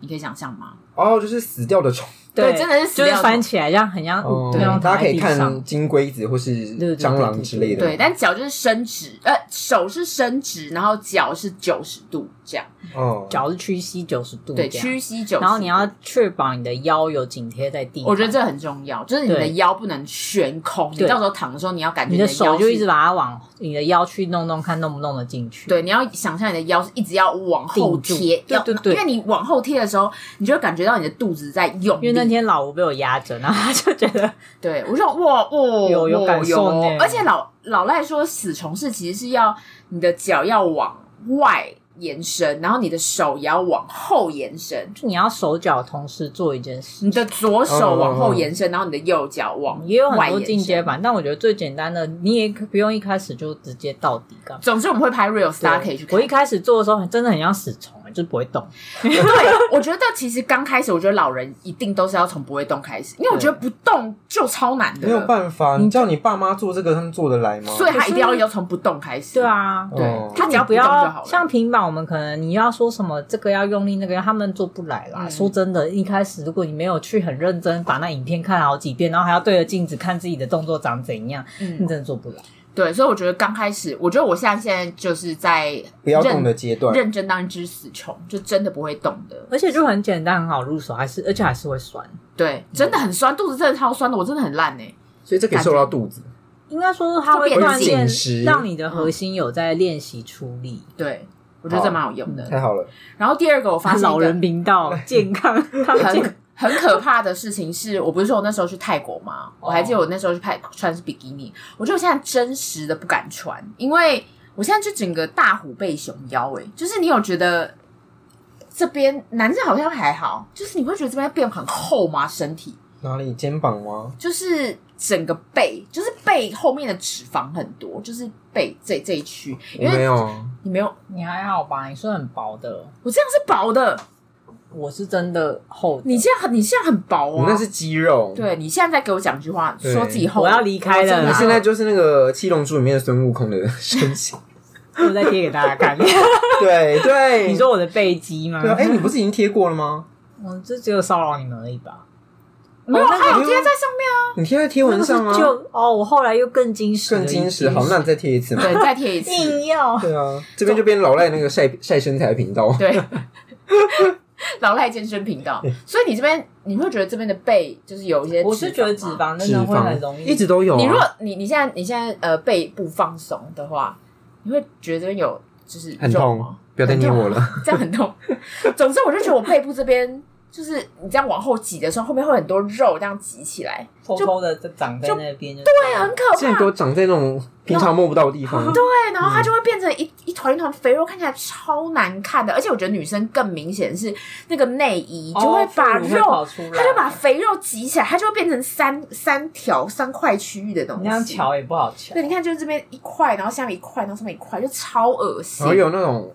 Speaker 1: 你可以想象吗？
Speaker 3: 哦，就是死掉的虫。
Speaker 1: 对
Speaker 2: 对，
Speaker 1: 真的是死
Speaker 2: 就
Speaker 1: 掉的
Speaker 2: 是翻起来，这样很像
Speaker 3: 哦
Speaker 2: 对，然后
Speaker 3: 大家可以
Speaker 2: 躺在地上
Speaker 3: 看金龟子或是
Speaker 2: 对对对
Speaker 3: 蟑螂之类的。
Speaker 1: 对，但脚就是伸直，呃，手是伸直，然后脚是九十度这样，
Speaker 3: 哦，
Speaker 2: 脚是屈膝九十度，
Speaker 1: 对，屈。膝九十。
Speaker 2: 然后你要，确保你的腰有紧贴在地板，
Speaker 1: 我觉得这很重要，就是你的
Speaker 2: 对
Speaker 1: 腰不能悬空，你
Speaker 2: 对
Speaker 1: 到时候躺的时候，你要感觉
Speaker 2: 你的手
Speaker 1: 腰
Speaker 2: 就是一直把它往你的腰去弄弄，看弄不弄得进去。
Speaker 1: 对，你要想象你的腰是一直要往后贴，
Speaker 2: 定住
Speaker 1: 要
Speaker 2: 对对对
Speaker 1: 因为你往后贴的时候，你就会感觉到你的肚子在用力。
Speaker 2: 因为那天老吴被我压着，然后他就觉 得
Speaker 1: 对我说哇哇，
Speaker 2: 有有
Speaker 1: 哇
Speaker 2: 感受
Speaker 1: 有
Speaker 2: 呢
Speaker 1: 而且老老赖说死虫式其实是要你的脚要往外延伸，然后你的手也要往后延伸，
Speaker 2: 就你要手脚同时做一件事。
Speaker 1: 你的左手
Speaker 3: 嗯
Speaker 1: 往后
Speaker 3: 嗯嗯
Speaker 1: 延伸，然后你的右脚往
Speaker 2: 也有很
Speaker 1: 外
Speaker 2: 多
Speaker 1: 延
Speaker 2: 进阶
Speaker 1: 伸。
Speaker 2: 版，但我觉得最简单的，你也可不用一开始就直接到底干嘛。
Speaker 1: 总之，我们会拍 reels，大家可以去看
Speaker 2: 我一。开始做的时候，真的很像死虫，欸就是不会动。
Speaker 1: 对，我觉得其实刚开始，我觉得老人一定都是要从不会动开始，因为我觉得不动就超难的
Speaker 3: 没有
Speaker 1: 了。
Speaker 3: 办法，你叫你爸妈做这个，他们做得来吗？
Speaker 1: 所以他
Speaker 2: 可
Speaker 1: 一
Speaker 2: 是
Speaker 1: 定要要从不动开始。
Speaker 2: 对，啊，
Speaker 1: 对
Speaker 3: 哦
Speaker 1: 他只
Speaker 2: 你
Speaker 1: 要
Speaker 2: 不
Speaker 1: 动就
Speaker 2: 要
Speaker 1: 好了。
Speaker 2: 像平板，我们可能你要说什么这个要用力，那个要他们做不来啦。
Speaker 1: 嗯
Speaker 2: 说真的，一开始如果你没有去很认真把那影片看好几遍，然后还要对着镜子看自己的动作长怎样，你
Speaker 1: 嗯，
Speaker 2: 真的做不来。
Speaker 1: 对，所以我觉得刚开始，我觉得我现在现在就是在
Speaker 3: 不要动的阶段，
Speaker 1: 认真当一只死虫，就真的不会动的。
Speaker 2: 而且就很简单，很好入手，还是而且还是会酸。
Speaker 1: 对，真的很酸，肚子真的超酸的，我真的很烂哎、
Speaker 3: 所以这可以瘦到肚子。
Speaker 2: 应该说它会
Speaker 1: 就变
Speaker 2: 锻
Speaker 1: 紧
Speaker 2: 炼
Speaker 3: 实，
Speaker 2: 让你的核心有在练习出力。
Speaker 1: 对，我觉得这蛮好用的。
Speaker 3: 太好了，
Speaker 1: 然后第二个，我发现一个
Speaker 2: 老人频道 健康康健
Speaker 1: 很很可怕的事情是，我不是说我那时候去泰国吗？我还记
Speaker 3: 哦
Speaker 1: 得我那时候去泰穿的是比基尼，我觉得我现在真实的不敢穿，因为我现在就整个大虎背熊腰、欸，就是你有觉得这边男生好像还好，就是你会觉得这边变很厚吗？身体
Speaker 3: 哪里肩膀吗？
Speaker 1: 就是整个背，就是背后面的脂肪很多，就是背这这一区，
Speaker 3: 我
Speaker 1: 因
Speaker 3: 没
Speaker 1: 为
Speaker 3: 有，
Speaker 1: 你没有，
Speaker 2: 你还好吧？你是很薄的，
Speaker 1: 我这样是薄的，
Speaker 2: 我是真的厚的。
Speaker 1: 你现在很你现在很薄
Speaker 3: 我
Speaker 1: 啊，
Speaker 3: 那是肌肉。，
Speaker 1: 对你现在再给我讲一句话，
Speaker 3: 对
Speaker 1: 说自己厚，
Speaker 2: 我要啊离开了
Speaker 1: 我真的
Speaker 3: 你现在就是那个《七龙珠》里面的孙悟空的身形。
Speaker 2: 我再贴给大家 看。
Speaker 3: 对对，
Speaker 2: 你说我的背肌吗
Speaker 3: 对？啊？哎，你不是已经贴过了吗？
Speaker 2: 我这只有骚扰你们而已吧？
Speaker 1: 没有，
Speaker 2: 哦那个
Speaker 1: 还有贴在上面啊。
Speaker 3: 你贴在贴
Speaker 2: 那
Speaker 3: 文
Speaker 2: 个是
Speaker 3: 上啊，
Speaker 2: 就哦，我后来又更金石了，
Speaker 3: 更金石。好，那你再贴一次嘛。
Speaker 1: 对，再贴一次。
Speaker 2: 硬要
Speaker 3: 对啊，这边就变老赖那个晒晒身材频道。
Speaker 1: 对， 老赖健身频道。所以你这边你会觉得这边的背就是有一些，
Speaker 2: 我是觉得脂。肪真
Speaker 3: 脂
Speaker 2: 的会
Speaker 3: 肪
Speaker 2: 很容易，
Speaker 3: 一直都有啊、
Speaker 1: 你如果你你现在你现在呃背部放松的话，你会觉得这边有就是
Speaker 3: 很
Speaker 1: 肉
Speaker 3: 痛
Speaker 1: 吗，
Speaker 3: 不要再捏我 了。
Speaker 1: 这样很痛。总之，我就觉得我背部这边。就是你这样往后挤的时候，后面会有很多肉这样挤起来，
Speaker 2: 偷偷的就长在那边，就
Speaker 1: 对，啊
Speaker 2: 对
Speaker 1: 很可
Speaker 3: 竟然
Speaker 1: 怕
Speaker 3: 给。我长在那种 平常摸不到的地方，
Speaker 1: 对，然后它就会变成一、一团一团肥肉，看起来超难看的。而且我觉得女生更明显是那个内衣就
Speaker 2: 哦
Speaker 1: 会把肉，它就把肥肉挤起来，它就会变成三三条三块区域的东西。
Speaker 2: 那样瞧也不好瞧
Speaker 1: 对，，你看，就是这边一块，然后下面一块，然后上面一块，就超恶心
Speaker 3: 然后。有那种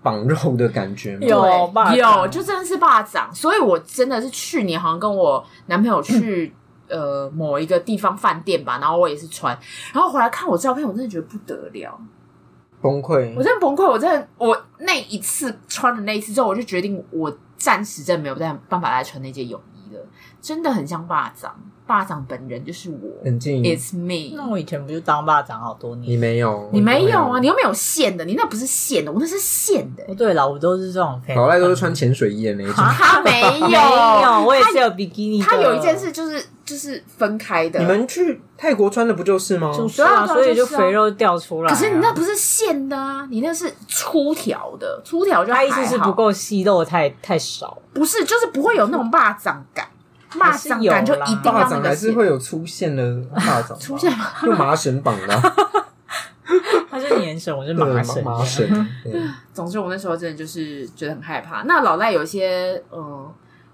Speaker 3: 绑肉的感觉吗。
Speaker 2: 有
Speaker 1: 对
Speaker 2: 霸掌
Speaker 1: 有，就真的是霸掌。所以我真的是去年好像跟我男朋友 去、呃某一个地方饭店吧，然后我也是穿，然后回来看我照片，我真的觉得不得了，
Speaker 2: 嗯
Speaker 3: 崩溃
Speaker 1: 我。真的崩溃。我真的，我那一次穿了那一次之后，我就决定我暂时真的没有再办法再穿那件泳衣了，真的很像霸掌。霸掌本人就是我
Speaker 3: 冷静，
Speaker 1: ，It's me。
Speaker 2: 那我以前不就当霸掌好多
Speaker 3: 你
Speaker 2: 年？
Speaker 3: 没有，
Speaker 1: 你没有啊？
Speaker 3: 我
Speaker 1: 你又没有线的，你那不是线 的，我那是线的、
Speaker 2: 不哦对啦，我都是这种。
Speaker 3: 老赖都是穿潜水衣的那一种。
Speaker 1: 他没有，
Speaker 2: 没有，我也是有比基尼的。
Speaker 1: 他有一件事就是就是分开 的，
Speaker 3: 你们去泰国穿的不就是吗？
Speaker 2: 就是啊，
Speaker 1: 对啊
Speaker 2: 所以就
Speaker 1: 就是啊
Speaker 2: 肥肉掉出来啊。
Speaker 1: 可是你那不是线的啊，你那是粗条的，粗条就
Speaker 2: 他
Speaker 1: 还
Speaker 2: 意思是
Speaker 1: 好
Speaker 2: 不，够吸肉太太少，
Speaker 1: 不是就是不会有那种蚂蚱感，蚂
Speaker 2: 是有啦
Speaker 1: 蚱感就一定
Speaker 3: 大
Speaker 1: 要那
Speaker 3: 掌
Speaker 1: 个
Speaker 3: 还
Speaker 1: 线
Speaker 3: 是会有粗线 的大掌吧，
Speaker 1: 出现 吗？
Speaker 3: 用麻绳绑的啊，
Speaker 2: 他是粘绳，我是麻绳
Speaker 3: 对。麻 绳。对
Speaker 1: 总之我那时候真的就是觉得很害怕。那老赖有一些嗯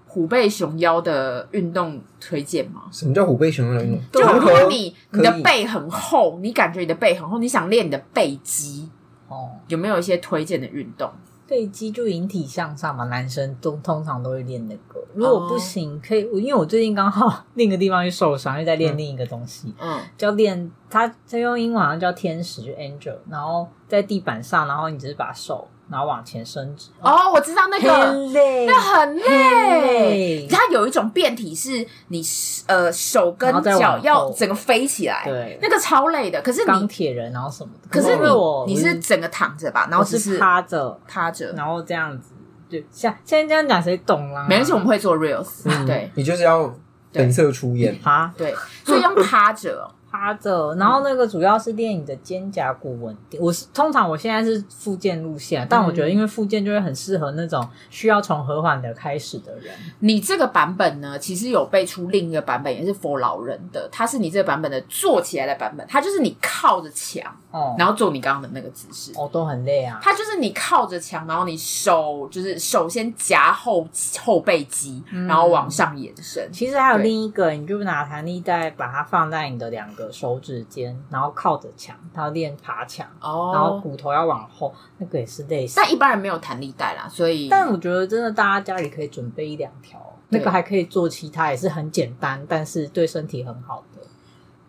Speaker 1: 虎背熊腰的运动推荐吗？
Speaker 3: 什么叫虎背熊啊腰的运动？
Speaker 1: 就
Speaker 3: 如何
Speaker 1: 如果你你
Speaker 3: 可
Speaker 1: 的
Speaker 3: 以
Speaker 1: 背很厚，你感觉你的背很厚，你想练你的背肌，
Speaker 2: 哦，
Speaker 1: 有没有一些推荐的运动？
Speaker 2: 背肌就引体向上嘛，男生都通常都会练那
Speaker 1: 哦
Speaker 2: 个。如果不行，可以，我因为我最近刚好另一个地方又受伤，又在练
Speaker 3: 嗯
Speaker 2: 另一个东西，
Speaker 1: 嗯，
Speaker 2: 叫练他他用英文好像叫天使就 angel，然后在地板上，然后你只是把手然后往前伸直，
Speaker 1: 哦，我知道那个，
Speaker 2: 很累，
Speaker 1: 那很
Speaker 2: 很
Speaker 1: 累。
Speaker 2: 累
Speaker 1: 它有一种变体是你呃手跟
Speaker 2: 然后再
Speaker 1: 脚
Speaker 2: 往
Speaker 1: 要
Speaker 2: 后
Speaker 1: 整个飞起来，
Speaker 2: 对
Speaker 1: 那个超累的。可是
Speaker 2: 钢
Speaker 1: 你，
Speaker 2: 铁人然后什么的。
Speaker 1: 可是
Speaker 2: 是
Speaker 1: 你
Speaker 2: 我
Speaker 1: 你是整个躺着吧，然
Speaker 2: 我
Speaker 1: 后只
Speaker 2: 是趴嗯着，
Speaker 1: 趴着。
Speaker 2: 然后这样子，就像现在这样讲谁懂啦？
Speaker 1: 没关系，我们会做 reels，
Speaker 3: 嗯
Speaker 1: 对
Speaker 3: 你就是要本色出演。
Speaker 2: 趴
Speaker 1: 对，所以用趴着哦。
Speaker 2: 趴着，然后那个主要是练你的肩胛骨稳定。我是通常我现在是复健路线，但我觉得因为复健就会很适合那种需要从和缓的开始的人。
Speaker 1: 你这个版本呢，其实有背出另一个版本，也是 for 老人的，它是你这个版本的坐起来的版本，它就是你靠着墙，
Speaker 2: 哦，
Speaker 1: 然后做你刚刚的那个姿势。
Speaker 2: 我、哦、都很累啊。
Speaker 1: 它就是你靠着墙，然后你手就是手先夹后后背肌，
Speaker 2: 嗯
Speaker 1: 然后往上延伸。
Speaker 2: 其实还有
Speaker 1: 对
Speaker 2: 另一个，你就拿弹力带把它放在你的两个手指间，然后靠着墙，然后练爬墙，
Speaker 1: 哦
Speaker 2: 然后骨头要往后，那个也是累死。
Speaker 1: 但一般人没有弹力带啦，所以
Speaker 2: 但我觉得真的大家家里可以准备一两条，那
Speaker 1: 对
Speaker 2: 个还可以做其他，也是很简单，但是对身体很好的。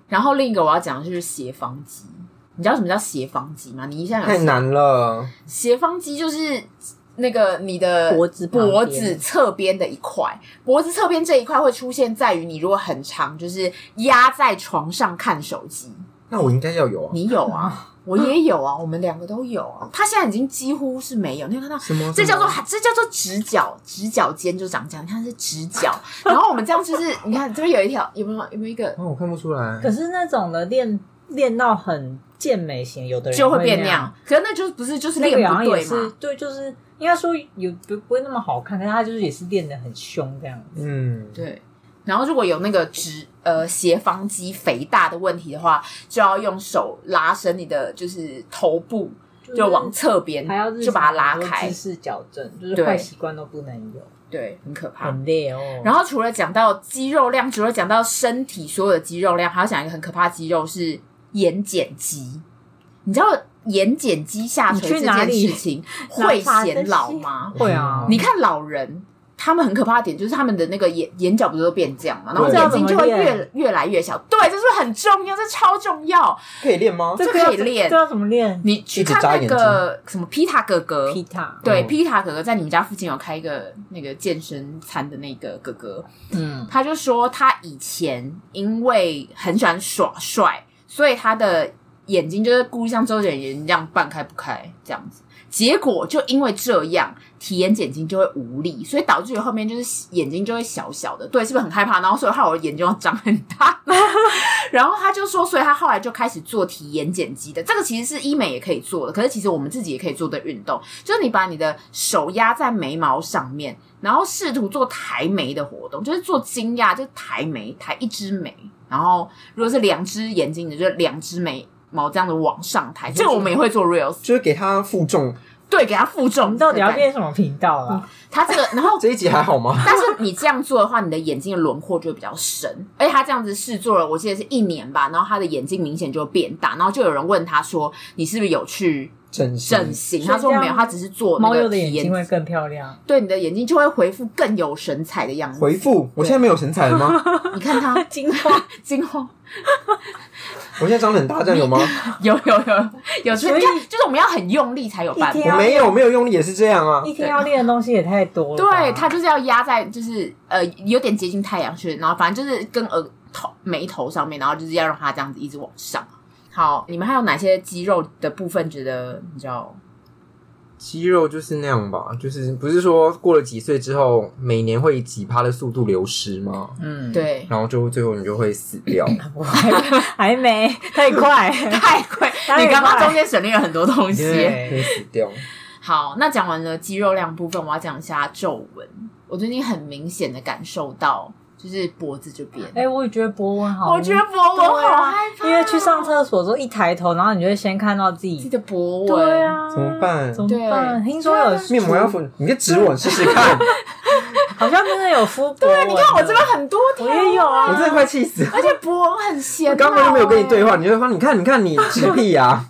Speaker 1: 然后另一个我要讲的就是斜方肌。你知道什么叫斜方肌吗？你一下
Speaker 3: 太
Speaker 1: 有
Speaker 3: 难了，
Speaker 1: 斜方肌就是那个你的
Speaker 2: 脖子旁边
Speaker 1: 脖子侧边的一块，脖子侧边这一块会出现在于你如果很长，就是压在床上看手机。
Speaker 3: 那我应该要有啊。
Speaker 1: 你有啊，我也有啊，我们两个都有啊。他现在已经几乎是没有，你有看到
Speaker 3: 什么？
Speaker 1: 这叫做
Speaker 3: 什么
Speaker 1: 这叫做直角，直角尖就长这样。你看是直角，然后我们这样就是，你看这边有一条，有没有有没有一个
Speaker 3: 哦，我看不出来
Speaker 2: 可。是那种的练练到很健美型，有的人
Speaker 1: 就会
Speaker 2: 会
Speaker 1: 变那
Speaker 2: 那
Speaker 1: 样，，可是那就不是就是
Speaker 2: 那个
Speaker 1: 练
Speaker 2: 好
Speaker 1: 不
Speaker 2: 像也
Speaker 1: 对
Speaker 2: 是
Speaker 1: 嘛？
Speaker 2: 对，就是应该说有不不会那么好看，但是他就是也是练得很凶这样子。
Speaker 3: 嗯，
Speaker 1: 对。然后如果有那个直呃斜方肌肥大的问题的话，就要用手拉伸你的就是头部，
Speaker 2: 就是
Speaker 1: 就往侧边
Speaker 2: 还要，日
Speaker 1: 就把它
Speaker 2: 常
Speaker 1: 拉
Speaker 2: 很多
Speaker 1: 开
Speaker 2: 姿，势矫正，就是
Speaker 1: 对
Speaker 2: 坏习惯都不能有，
Speaker 1: 对，很可怕。
Speaker 2: 很累哦。
Speaker 1: 然
Speaker 2: 后
Speaker 1: 后除了讲到肌肉量，除了讲到身体所有的肌肉量，还要讲一个很可怕的肌肉是眼睑肌。你知道眼睑肌下垂
Speaker 2: 你去
Speaker 1: 这
Speaker 2: 哪
Speaker 1: 件
Speaker 2: 里
Speaker 1: 事情会显老吗？
Speaker 2: 会啊，
Speaker 1: 你看老人。他们很可怕的点就是他们的那个眼眼角不是都变这样嘛，然后
Speaker 3: 对
Speaker 1: 眼睛就会
Speaker 2: 这样怎么
Speaker 1: 越越来越小。对，这是不是很重要？这超重要。
Speaker 3: 可以练吗？
Speaker 1: 这
Speaker 2: 个要
Speaker 1: 可以练
Speaker 2: 这要怎么练？
Speaker 1: 你去
Speaker 3: 一直
Speaker 1: 看
Speaker 3: 眨
Speaker 1: 那
Speaker 3: 眼
Speaker 1: 个什么皮塔哥哥，
Speaker 2: 皮塔，
Speaker 1: 对，
Speaker 3: 嗯
Speaker 1: 皮塔哥哥在你们家附近有开一个那个健身餐的那个哥哥，
Speaker 2: 嗯，
Speaker 1: 他就说他以前因为很喜欢耍帅，所以他的眼睛就是故意像周杰伦一样半开不开这样子。结果就因为这样，体眼睑睛就会无力，所以导致于后面就是眼睛就会小小的，对，是不是很害怕？然后所以后来我的眼睛要长很大， 然后他就说，所以他后来就开始做体眼睑肌的，这个其实是医美也可以做的，可是其实我们自己也可以做的运动，就是你把你的手压在眉毛上面，然后试图做抬眉的活动，就是做惊讶，就是抬眉，抬一只眉，然后如果是两只眼睛的，就两只眉毛这样的往上抬，这个我们也会做 reels，
Speaker 3: 就是给他负重。
Speaker 1: 对，给它负
Speaker 2: 我
Speaker 1: 重
Speaker 2: 们
Speaker 1: 的
Speaker 2: 到
Speaker 1: 感
Speaker 2: 底
Speaker 1: 觉。
Speaker 2: 要练什么频道啊啦？
Speaker 1: 它 这个，然后
Speaker 3: 这一集还好吗？
Speaker 1: 但是你这样做的话，你的眼睛的轮廓就会比较深。而且他这样子试做了，我记得是一年吧，然后他的眼睛明显就变大，然后就有人问他说：“你是不是有去
Speaker 3: 整
Speaker 1: 整
Speaker 3: 形
Speaker 1: 形？”
Speaker 2: 嗯所以
Speaker 1: 他说
Speaker 2: 这样
Speaker 1: 没有，他只是做那
Speaker 2: 猫鼬
Speaker 1: 个
Speaker 2: 的眼
Speaker 1: 体
Speaker 2: 睛会
Speaker 1: 验，
Speaker 2: 更漂亮，
Speaker 1: 对你的眼睛就会恢复更有神采的样子。
Speaker 3: 回复，我现在没有神采了 吗？
Speaker 1: 你看 他
Speaker 2: 金花。
Speaker 1: 今后
Speaker 3: 我现在长得很大，这样有吗？
Speaker 1: 有有有有，所
Speaker 2: 所
Speaker 1: 以
Speaker 2: 以
Speaker 1: 就是我们要很用力才有办法
Speaker 2: 一定。
Speaker 3: 我
Speaker 2: 要
Speaker 3: 没有，没有用力也是这样啊。
Speaker 2: 一天要练的东西也太多了吧，
Speaker 1: 对，它就是要压在，就是呃，有点接近太阳穴，然后反正就是跟额头、眉头上面，然后就是要让它这样子一直往上。好，你们还有哪些肌肉的部分觉得你知道？
Speaker 3: 肌肉就是那样吧，就是不是说过了几岁之后，每年会以几趴的速度流失吗？
Speaker 2: 嗯，
Speaker 1: 对，
Speaker 3: 然后就最后你就会死 掉。
Speaker 2: 我还还没太 快，
Speaker 1: 太贵，
Speaker 2: 当然
Speaker 1: 你刚刚
Speaker 2: 快
Speaker 1: 中间省略了很多东西。
Speaker 2: 对
Speaker 3: 会死掉，
Speaker 1: 好，那讲完了肌肉量部分，我要讲一下皱纹。我最近很明显的感受到，就是脖子这边，
Speaker 2: 哎、我也觉得博文好，
Speaker 1: 我觉得脖
Speaker 2: 对啊
Speaker 1: 纹好害怕，
Speaker 2: 因为去上厕所的时候一抬头，然后你就会先看到自
Speaker 1: 自己
Speaker 2: 己，
Speaker 1: 的脖纹，
Speaker 2: 对，啊，
Speaker 3: 怎么办
Speaker 2: 怎么办？听说有
Speaker 3: 面膜要敷，你就指我试试看。
Speaker 2: 好像真的有敷博文，
Speaker 1: 啊你看我这边很多条，
Speaker 2: 我也有啊
Speaker 3: 我真的快气死了！
Speaker 1: 而且博文很闲、
Speaker 3: 我刚刚就没有跟你对，话，你就说你看，你看，你指个屁啊 呀！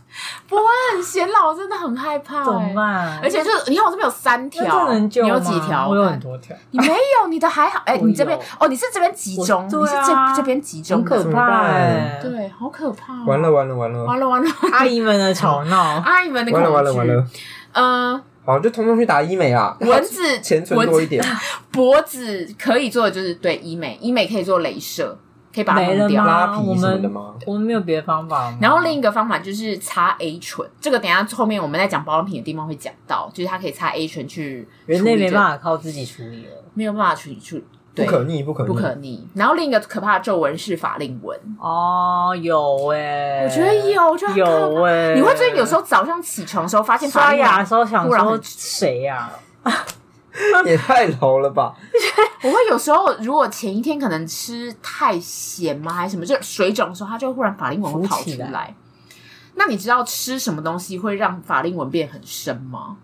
Speaker 1: 博文很闲老，我真的很害怕、欸
Speaker 2: 怎么？办？
Speaker 1: 而且就是你看我这边有三
Speaker 2: 那这
Speaker 1: 条，
Speaker 2: 能
Speaker 1: 你
Speaker 2: 救吗
Speaker 1: 有几条？
Speaker 2: 我有很，多条，
Speaker 1: 你没有，你的还好。哎、
Speaker 2: 我有
Speaker 1: 你这边哦，你是这边集中，
Speaker 2: 我
Speaker 1: 你是
Speaker 2: 对
Speaker 1: 这、
Speaker 2: 啊
Speaker 1: 这边集中
Speaker 2: 很
Speaker 1: 的，
Speaker 2: 可
Speaker 3: 怎么
Speaker 2: 怕
Speaker 3: 办
Speaker 2: 哎、
Speaker 1: 对，好可怕、哦。
Speaker 3: 完了，完了完了
Speaker 1: 完了完了，
Speaker 2: 阿姨们的吵闹，
Speaker 1: 阿姨们的
Speaker 3: 完
Speaker 1: 恐
Speaker 3: 了完
Speaker 1: 惧。
Speaker 3: 了完了！
Speaker 1: 嗯、
Speaker 3: 好，就通通去打医美啊！
Speaker 1: 蚊子
Speaker 3: 钱存多一点，
Speaker 1: 脖子可以做的就是对医美，医美可以做镭射，可以把它
Speaker 2: 没
Speaker 1: 弄
Speaker 2: 了
Speaker 1: 掉。
Speaker 2: 吗
Speaker 3: 拉皮什么的吗？
Speaker 2: 啊我们没有别的方法吗
Speaker 1: 然后另一个方法就是擦 A 醇，这个等一下后面我们在讲保养品的地方会讲到，就是它可以擦 A 醇去
Speaker 2: 人类没
Speaker 1: 处理这
Speaker 2: 办法靠自己处理了。
Speaker 1: 没有办法处理处理，
Speaker 3: 不
Speaker 1: 对，
Speaker 3: 可逆，不可逆，
Speaker 1: 不可逆。然后另一个可怕的皱纹是法令纹，
Speaker 2: 哦，有哎、
Speaker 1: 我觉得有，我觉得很可怕
Speaker 2: 有哎、
Speaker 1: 你会最近有时候早上起床的时候发现法
Speaker 2: 刷
Speaker 1: 令
Speaker 2: 牙的
Speaker 1: 纹，
Speaker 2: 时候想
Speaker 1: 忽然
Speaker 2: 说
Speaker 1: 很
Speaker 2: 谁呀、
Speaker 3: 也太 low 了吧！
Speaker 1: 我会有时候如果前一天可能吃太咸嘛还是什么，就水肿的时候，它就忽然法令纹会跑
Speaker 2: 浮
Speaker 1: 出
Speaker 2: 起来
Speaker 1: 来。那你知道吃什么东西会让法令纹变很深吗？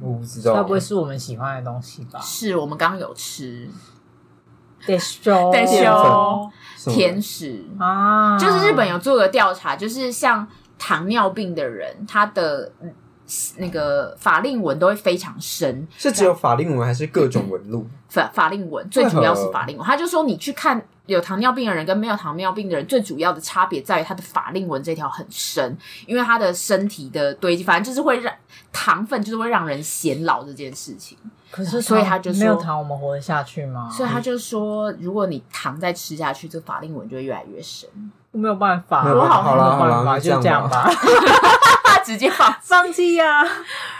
Speaker 3: 我不知
Speaker 2: 该
Speaker 3: 道
Speaker 2: 不，会是我们喜欢的东西吧？
Speaker 1: 是我们刚刚有吃哦
Speaker 2: 得修，
Speaker 1: 得修
Speaker 3: 什么
Speaker 1: 甜食，
Speaker 2: 啊！
Speaker 1: 就是日本有做个调查，就是像糖尿病的人，他的嗯那个法令纹都会非常深，
Speaker 3: 是只有法令纹还是各种纹 路？
Speaker 1: 法法令纹最主要是法令纹。他就说，你去看有糖尿病的人跟没有糖尿病的人，最主要的差别在于他的法令纹这条很深，因为他的身体的堆积，反正就是会让糖分就是会让人显老这件事情。
Speaker 2: 可是
Speaker 1: 所以他
Speaker 2: 糖
Speaker 1: 就说
Speaker 2: 没有糖，我们活得下去吗？
Speaker 1: 所以他就说，如果你糖再吃下去，这个法令纹就会越来越深。
Speaker 2: 没有办法，
Speaker 3: 没有办法好啦
Speaker 2: 没有办
Speaker 3: 好啦
Speaker 2: 法，就这样吧，
Speaker 1: 他直接 放，
Speaker 2: 放弃呀！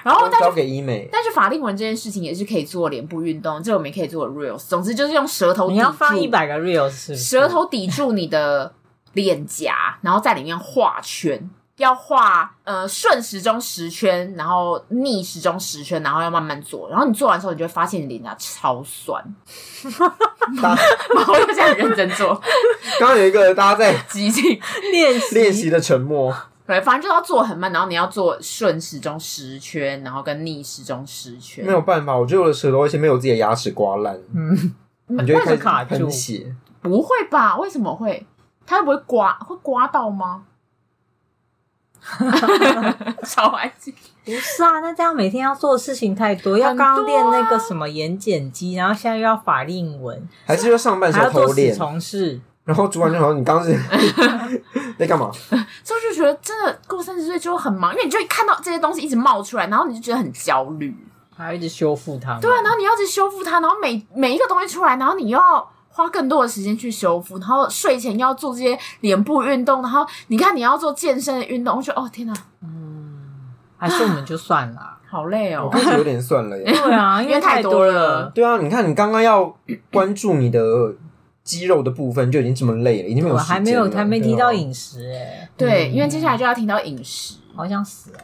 Speaker 1: 然
Speaker 2: 哦
Speaker 1: 后
Speaker 3: 都交给医 美，
Speaker 1: 但是法令纹这件事情也是可以做脸部运动，这我们也可以做 real。总之就是用舌头抵
Speaker 2: 你要放
Speaker 1: 住
Speaker 2: 一百个 real 是不是
Speaker 1: 舌头抵住你的脸颊，然后在里面画圈，要画呃顺时钟十圈，然后逆时钟十圈，然后要慢慢做。然后你做完之后，你就会发现你脸颊超酸。
Speaker 3: 大
Speaker 1: 然后又这样认真做，
Speaker 3: 刚刚有一个大家在
Speaker 1: 激进。
Speaker 2: 练习
Speaker 3: 练习的沉默，
Speaker 1: 对，反正就是要做很慢，然后你要做顺时钟十圈，然后跟逆时钟十圈。
Speaker 3: 没有办法，我觉得我的舌头会先被我自己的牙齿刮烂，
Speaker 2: 嗯，
Speaker 3: 你就会开
Speaker 2: 为
Speaker 3: 始
Speaker 2: 什么卡住
Speaker 3: 喷血，
Speaker 1: 不会吧？为什么会？它会不会刮？会刮到吗？超安静。
Speaker 2: 不是啊，那这样每天要做的事情太多，要
Speaker 1: 很多啊
Speaker 2: 刚练那个什么眼睑肌，然后现在又要法令纹，
Speaker 3: 还是就上半
Speaker 2: 还要
Speaker 3: 身
Speaker 2: 做
Speaker 3: 偷
Speaker 2: 死
Speaker 3: 练，
Speaker 2: 虫事。
Speaker 3: 然后主管就说：“你刚刚是在 干嘛
Speaker 1: 所以我就觉得真的过三十岁之后很忙，因为你就会看到这些东西一直冒出来，然后你就觉得很焦虑。
Speaker 2: 还要一直修复它。
Speaker 1: 对啊，然后你要去修复它，然后每每一个东西出来，然后你又要花更多的时间去修复，然后睡前要做这些脸部运动，然后你看你要做健身的运动，我觉得哦天哪，
Speaker 2: 嗯还是我们就算 了。
Speaker 1: 好累？”
Speaker 3: 我
Speaker 1: 哦
Speaker 2: 嗯
Speaker 3: 开。始有点算了耶。
Speaker 2: 对啊，
Speaker 1: 因为
Speaker 2: 因为
Speaker 1: 太
Speaker 2: 太
Speaker 1: 多
Speaker 2: 多
Speaker 1: 了
Speaker 2: 了。
Speaker 3: 对啊，你看你刚刚要关注你的肌肉的部分就已经这么累了，已经没有
Speaker 2: 我
Speaker 3: 时间
Speaker 2: 还没有
Speaker 3: 了
Speaker 2: 还没提
Speaker 3: 对
Speaker 2: 到，
Speaker 3: 啊
Speaker 2: 饮食哎、
Speaker 1: 对，因为接下来就要听到饮食，
Speaker 2: 好想死哦！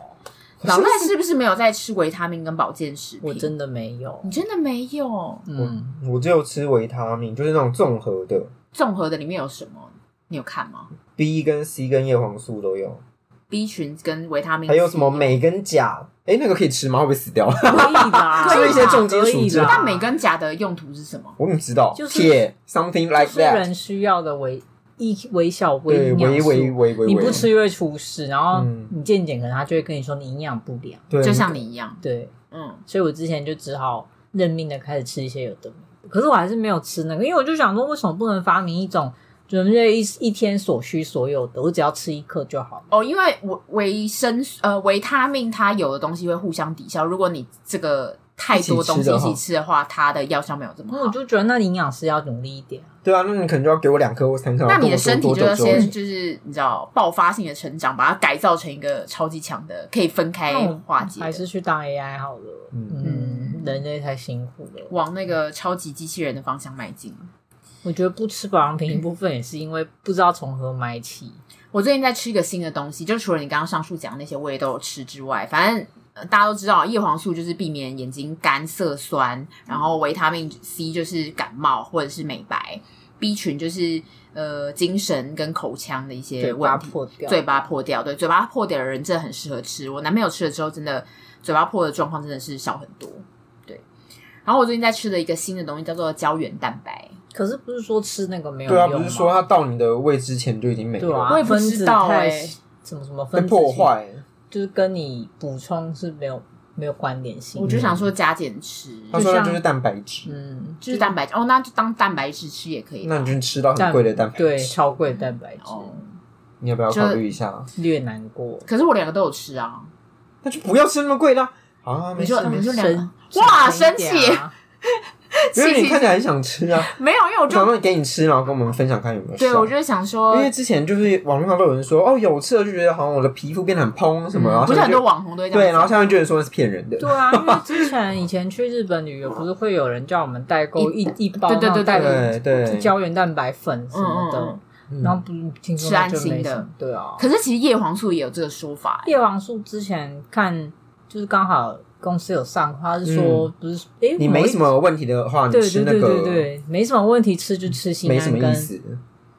Speaker 1: 老赖是不是没有在吃维他命跟保健食品？
Speaker 2: 我真的没有
Speaker 1: 你，真的没有？
Speaker 2: 嗯，
Speaker 3: 我只有吃维他命，就是那种综合的
Speaker 1: 综合的里面有什么？你有看吗
Speaker 3: B 跟 C 跟叶黄素都有，
Speaker 1: ？B 群跟维他命，
Speaker 3: 还有什么？镁跟钾？哎，那个可以吃吗？会不会死掉？
Speaker 2: 可以啦，
Speaker 3: 所以一些重金
Speaker 2: 可
Speaker 3: 属
Speaker 2: 以
Speaker 3: 之
Speaker 2: 啦
Speaker 1: 但镁跟钾的用途是什么？
Speaker 3: 我怎么知道？
Speaker 2: 就是
Speaker 3: 铁 something
Speaker 2: 就
Speaker 3: like
Speaker 2: 是
Speaker 3: that，
Speaker 2: 人需要的微一微小微
Speaker 3: 对，
Speaker 2: 营养
Speaker 3: 维
Speaker 2: 素
Speaker 3: 维维维，
Speaker 2: 你不吃就会出事，然后
Speaker 3: 嗯
Speaker 2: 你健检可能他就会跟你说你营养不良，
Speaker 3: 对，
Speaker 1: 就像你一样，
Speaker 2: 对，
Speaker 1: 嗯，
Speaker 2: 所以我之前就只好认命的开始吃一些有的没的，可是我还是没有吃那个，因为我就想说，为什么不能发明一种人类一一天所需所有的，我只要吃一克就好了。
Speaker 1: 哦，因为维维生素呃维他命它有的东西会互相抵消，如果你这个太多东西一
Speaker 3: 一起吃的话
Speaker 1: 起吃的话，它的药效没有这么
Speaker 2: 那我
Speaker 1: 好。
Speaker 2: 就觉得，那营养师要努力一点啊。
Speaker 3: 对啊，那你可能就要给我两颗或三颗，
Speaker 1: 那你
Speaker 3: 然
Speaker 1: 的
Speaker 3: 后
Speaker 1: 身
Speaker 3: 跟
Speaker 1: 体
Speaker 3: 我
Speaker 1: 就
Speaker 3: 说
Speaker 1: 要
Speaker 3: 多久
Speaker 1: 先
Speaker 3: 之后
Speaker 1: 就是你知道爆发性的成长，把它改造成一个超级强的，可以分开
Speaker 2: 那我
Speaker 1: 化解的，
Speaker 2: 还是去当 AI 好了。
Speaker 3: 嗯
Speaker 2: 嗯，人类太辛苦了。
Speaker 1: 往那个超级机器人的方向迈进。
Speaker 2: 我觉得不吃保养品一部分也是因为不知道从何买起。
Speaker 1: 我最近在吃一个新的东西，就除了你刚刚上述讲的那些我也都有吃之外，反正。呃大家都知道，叶黄素就是避免眼睛干涩酸，然后维他命 C 就是感冒或者是美白，B 群就是呃精神跟口腔的一些
Speaker 2: 嘴
Speaker 1: 问
Speaker 2: 巴
Speaker 1: 题，
Speaker 2: 破掉，
Speaker 1: 嘴巴破掉，对，嘴巴破掉的人真的很适合吃。我男朋友吃了之后，真的嘴巴破的状况真的是少很多，对。然后我最近在吃的一个新的东西叫做胶原蛋白，
Speaker 2: 可是不是说吃那个没有
Speaker 3: 对啊，不
Speaker 2: 用吗
Speaker 3: 是说它到你的胃之前就已经没
Speaker 2: 对
Speaker 3: 有
Speaker 2: 啊，
Speaker 1: 我
Speaker 3: 了，
Speaker 1: 也不知道
Speaker 2: 分子太
Speaker 1: 欸
Speaker 2: 什么什么
Speaker 3: 被
Speaker 2: 分子
Speaker 3: 破，坏。
Speaker 2: 就是跟你补充是没有没有关联性。
Speaker 1: 我就想说加减吃，
Speaker 3: 他
Speaker 2: 就
Speaker 3: 说那
Speaker 2: 像
Speaker 3: 就是蛋白质，
Speaker 2: 嗯，
Speaker 1: 就是蛋白质哦，那就当蛋白质吃也可以。啊
Speaker 3: 那你就吃到很贵的蛋白
Speaker 2: 对，
Speaker 3: 质，
Speaker 2: 超贵的蛋白质，
Speaker 1: 哦，
Speaker 3: 你要不要考虑一下？
Speaker 2: 略难过。
Speaker 1: 可是我两个都有吃啊，
Speaker 3: 那就不要吃那么贵的啊啊！没
Speaker 1: 你
Speaker 3: 事
Speaker 1: 就，
Speaker 3: 没
Speaker 1: 你
Speaker 3: 事
Speaker 1: 就两个
Speaker 2: 生
Speaker 1: 哇，
Speaker 2: 省
Speaker 1: 生
Speaker 2: 一
Speaker 1: 气
Speaker 2: 点啊
Speaker 3: 因为
Speaker 1: 气
Speaker 3: 你看起来很想吃啊，
Speaker 1: 没有，因为我
Speaker 3: 我想
Speaker 1: 就
Speaker 3: 说给你吃，然后跟我们分享看有没有效。
Speaker 1: 对我就会想说
Speaker 3: 因，为之前就是网络上都有人说，哦，有吃了就觉得好像我的皮肤变得很蓬什
Speaker 2: 嗯
Speaker 3: 么，然后
Speaker 1: 不是
Speaker 3: 下
Speaker 1: 很
Speaker 3: 面
Speaker 1: 多
Speaker 3: 就
Speaker 1: 网红都会这
Speaker 3: 对，
Speaker 1: 样
Speaker 3: 然后
Speaker 1: 讲，
Speaker 3: 下面就有人说那是骗人的，
Speaker 2: 对啊，因为之前以前去日本旅游，不是会有人叫我们代购一一包
Speaker 1: 对对对
Speaker 2: 那种代购
Speaker 3: 对对，
Speaker 2: 胶原蛋白粉什么
Speaker 1: 嗯嗯
Speaker 2: 的，
Speaker 3: 嗯
Speaker 2: 然后不是听说
Speaker 1: 吃
Speaker 2: 那
Speaker 1: 安
Speaker 2: 就
Speaker 1: 心
Speaker 2: 没
Speaker 1: 的
Speaker 2: 什么，对啊。
Speaker 1: 可是其实叶黄素也有这个说法，
Speaker 2: 叶黄素之前看就是刚好公司有上，他是说不是
Speaker 3: 嗯
Speaker 2: 诶，
Speaker 3: 你
Speaker 2: 某
Speaker 3: 没
Speaker 2: 一
Speaker 3: 什么问题的话，你
Speaker 2: 对
Speaker 3: 吃
Speaker 2: 对
Speaker 3: 那
Speaker 2: 对对
Speaker 3: 个
Speaker 2: 对，没什么问题，吃就吃心
Speaker 3: 没什
Speaker 2: 安
Speaker 3: 么
Speaker 2: 跟
Speaker 3: 意思。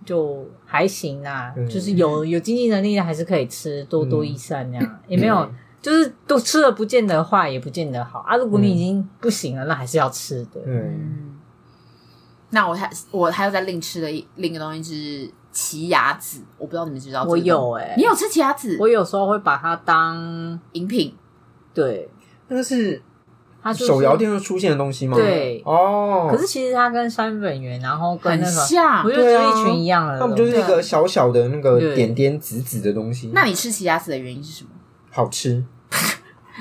Speaker 2: 就还行啦，
Speaker 3: 嗯
Speaker 2: 就是有有经济能力的还是可以吃，多多益善那样，也没有
Speaker 3: 嗯
Speaker 2: 就是都吃了不见得坏，也不见得好啊。如果你
Speaker 3: 嗯
Speaker 2: 已经不行了，那还是要吃的。
Speaker 3: 对，
Speaker 1: 嗯，那我还我还有在另吃的一另一个东西是奇亚籽，我不知道你们知不知道这个
Speaker 2: 我
Speaker 1: 东西，
Speaker 2: 有哎、
Speaker 1: 你有吃奇亚籽
Speaker 2: 我有时候会把它当
Speaker 1: 饮品？
Speaker 2: 对，
Speaker 3: 那个是
Speaker 2: 它就是
Speaker 3: 手摇店会出现的东西吗？
Speaker 2: 对
Speaker 3: 哦，
Speaker 2: 可是其实它跟三本源，然后跟
Speaker 1: 很
Speaker 2: 那个，
Speaker 1: 像
Speaker 2: 我就觉
Speaker 3: 对
Speaker 2: 得
Speaker 3: 啊
Speaker 2: 一群一样了。
Speaker 3: 那不就是一
Speaker 1: 对啊
Speaker 3: 个小小的那个
Speaker 2: 对
Speaker 3: 点点紫紫的东西？
Speaker 1: 那你吃奇亚籽的原因是什么？
Speaker 3: 好吃，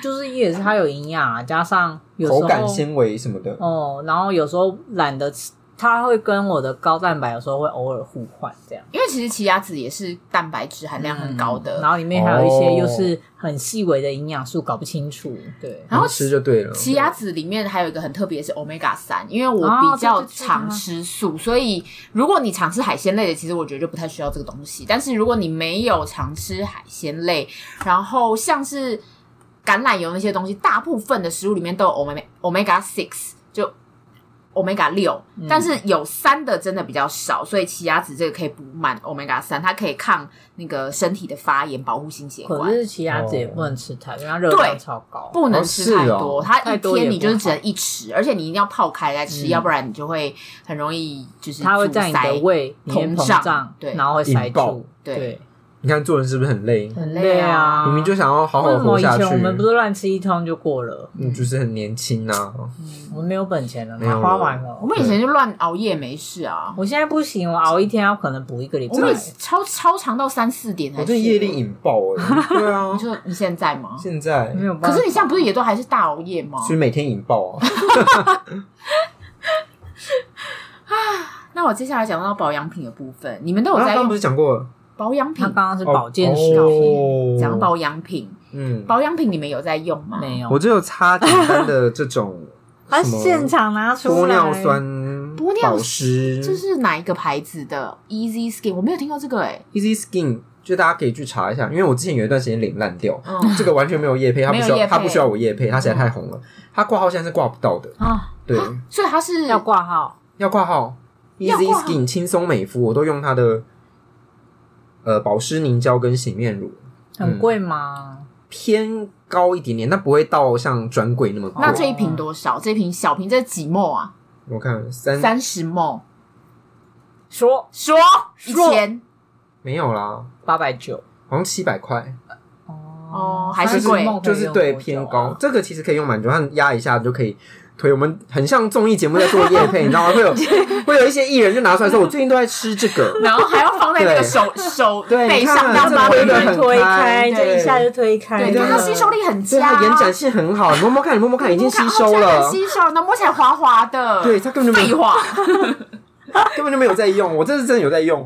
Speaker 2: 就是也是它有营养啊，加上有时
Speaker 3: 口
Speaker 2: 候
Speaker 3: 感纤维什么的，
Speaker 2: 哦，然后有时候懒得吃，它会跟我的高蛋白有时候会偶尔互换这样。
Speaker 1: 因为其实奇亚籽也是蛋白质含量很高的，
Speaker 2: 嗯然后里面还有一
Speaker 3: 哦
Speaker 2: 些又是很细微的营养素，搞不清楚。对，
Speaker 1: 然后
Speaker 3: 能吃就对了。
Speaker 1: 奇亚籽里面还有一个很特别的是 omega 三，因为我
Speaker 2: 哦
Speaker 1: 比较
Speaker 2: 对对对
Speaker 1: 常吃素，所以如果你常吃海鲜类的，其实我觉得就不太需要这个东西。但是如果你没有常吃海鲜类，然后像是橄榄油那些东西，大部分的食物里面都有 omega omega six，就 omega 六、但是有三的真的比较少，所以奇亚籽这个可以补满 omega 三，它可以抗那个身体的发炎，保护心血
Speaker 2: 可
Speaker 1: 管。
Speaker 2: 是奇亚籽也不能吃太多，因为它热量超高。
Speaker 1: 不能吃太多，
Speaker 3: 哦
Speaker 1: 它一
Speaker 2: 太多也
Speaker 1: 天
Speaker 2: 不
Speaker 1: 你就是只能一匙，而且你一定要泡开来吃，要不然你就会很容易就是
Speaker 2: 它会
Speaker 1: 阻
Speaker 2: 在你的
Speaker 1: 塞
Speaker 2: 胃里面
Speaker 1: 膨胀
Speaker 2: 胀，
Speaker 1: 对
Speaker 2: 然后会塞
Speaker 3: 引爆
Speaker 2: 住，
Speaker 1: 对
Speaker 2: 对，
Speaker 3: 你看做人是不是很累？
Speaker 1: 很
Speaker 2: 累
Speaker 1: 累啊，
Speaker 2: 啊，
Speaker 3: 明明就想要好
Speaker 2: 为
Speaker 3: 好
Speaker 2: 什
Speaker 3: 活
Speaker 2: 么以
Speaker 3: 下去
Speaker 2: 前，我们不是乱吃一通就过了？
Speaker 3: 嗯，就是很年轻啊。
Speaker 2: 我们没有本钱了
Speaker 3: 没有
Speaker 2: 嘛，
Speaker 3: 了
Speaker 2: 花完了
Speaker 1: 我。们以前就乱熬夜没事啊，
Speaker 2: 我现在不行，我熬一天要可能补一个礼拜
Speaker 1: 我。们超超长到三四点才
Speaker 3: 我
Speaker 1: 睡。
Speaker 3: 这业力引爆 哎、对啊
Speaker 1: 你，说你现在吗？
Speaker 3: 现在
Speaker 2: 没有办
Speaker 1: 可
Speaker 2: 法，
Speaker 1: 是你现在不是也都还是大熬夜吗？
Speaker 3: 所以每天引爆 啊，
Speaker 1: 那我接下来讲到保养品的部分，你们都有
Speaker 3: 啊
Speaker 1: 在
Speaker 3: 刚刚
Speaker 1: 用
Speaker 3: 不是讲过了
Speaker 1: 保养
Speaker 2: 他
Speaker 1: 品？
Speaker 2: 刚刚是保健食品，
Speaker 3: 哦，
Speaker 1: 讲保养品，
Speaker 3: 嗯，
Speaker 1: 保养品你们有在用吗？
Speaker 2: 没有
Speaker 3: 我。只有擦简单 的这种
Speaker 2: 他
Speaker 3: 什么
Speaker 2: 现场拿出来
Speaker 3: 玻尿酸
Speaker 1: 玻尿
Speaker 3: 保湿，
Speaker 1: 这是哪一个牌子的 Easy Skin？我没有听过这个哎、
Speaker 3: Easy Skin，就大家可以去查一下，因为我之前有一段时间脸烂掉，
Speaker 2: 哦
Speaker 1: 嗯
Speaker 3: 这个完全没有叶配，它不需
Speaker 1: 没
Speaker 3: 要，
Speaker 1: 有业配
Speaker 3: 它不需要我叶配，它实在太红了，它挂号现在是挂不到的，
Speaker 2: 嗯啊，
Speaker 3: 对，
Speaker 1: 所以它是
Speaker 2: 要挂号。
Speaker 3: 要挂号。
Speaker 1: 要
Speaker 3: Easy
Speaker 1: 挂号
Speaker 3: Skin 轻松美肤，我都用它的呃保湿凝胶跟洗面乳，
Speaker 2: 很贵吗？
Speaker 3: 偏高一点点，但不会到像专柜那么贵。
Speaker 1: 那这一瓶多少？这一瓶小瓶这几 m 啊？
Speaker 3: 我看三
Speaker 1: 三十 m
Speaker 2: 说
Speaker 1: 说一
Speaker 2: 说
Speaker 1: 千
Speaker 3: 没有啦，
Speaker 2: 八百九
Speaker 3: 好像七百块，
Speaker 1: 哦还是贵
Speaker 3: 就是对
Speaker 2: 啊
Speaker 3: 偏高。。这个其实可以用蛮久，它压一下就可以推。我们很像综艺节目在做夜 配，你知道吗？会有会有一些艺人就拿出来说，我最近都在吃这 个。
Speaker 1: 然后还要放在那个
Speaker 3: 对
Speaker 1: 手手
Speaker 3: 对
Speaker 1: 背
Speaker 3: 你看
Speaker 1: 上当
Speaker 3: 这
Speaker 1: 芭
Speaker 3: 推
Speaker 1: 比
Speaker 3: 得
Speaker 1: 人，
Speaker 3: 很
Speaker 2: 推开，
Speaker 3: 开
Speaker 2: 这一下就推开了，
Speaker 1: 对，
Speaker 3: 真
Speaker 1: 对
Speaker 3: 的
Speaker 1: 它吸收力很
Speaker 3: 对，
Speaker 1: 佳，
Speaker 3: 它延展性很好，你摸摸看，你摸摸看，已经吸收
Speaker 1: 哦真的
Speaker 3: 了。
Speaker 1: 吸收了，那摸起来滑滑的，
Speaker 3: 对，，它根本就没
Speaker 1: 废
Speaker 3: 有，
Speaker 1: 话。
Speaker 3: 根本就没有在用。我这是真的有在用，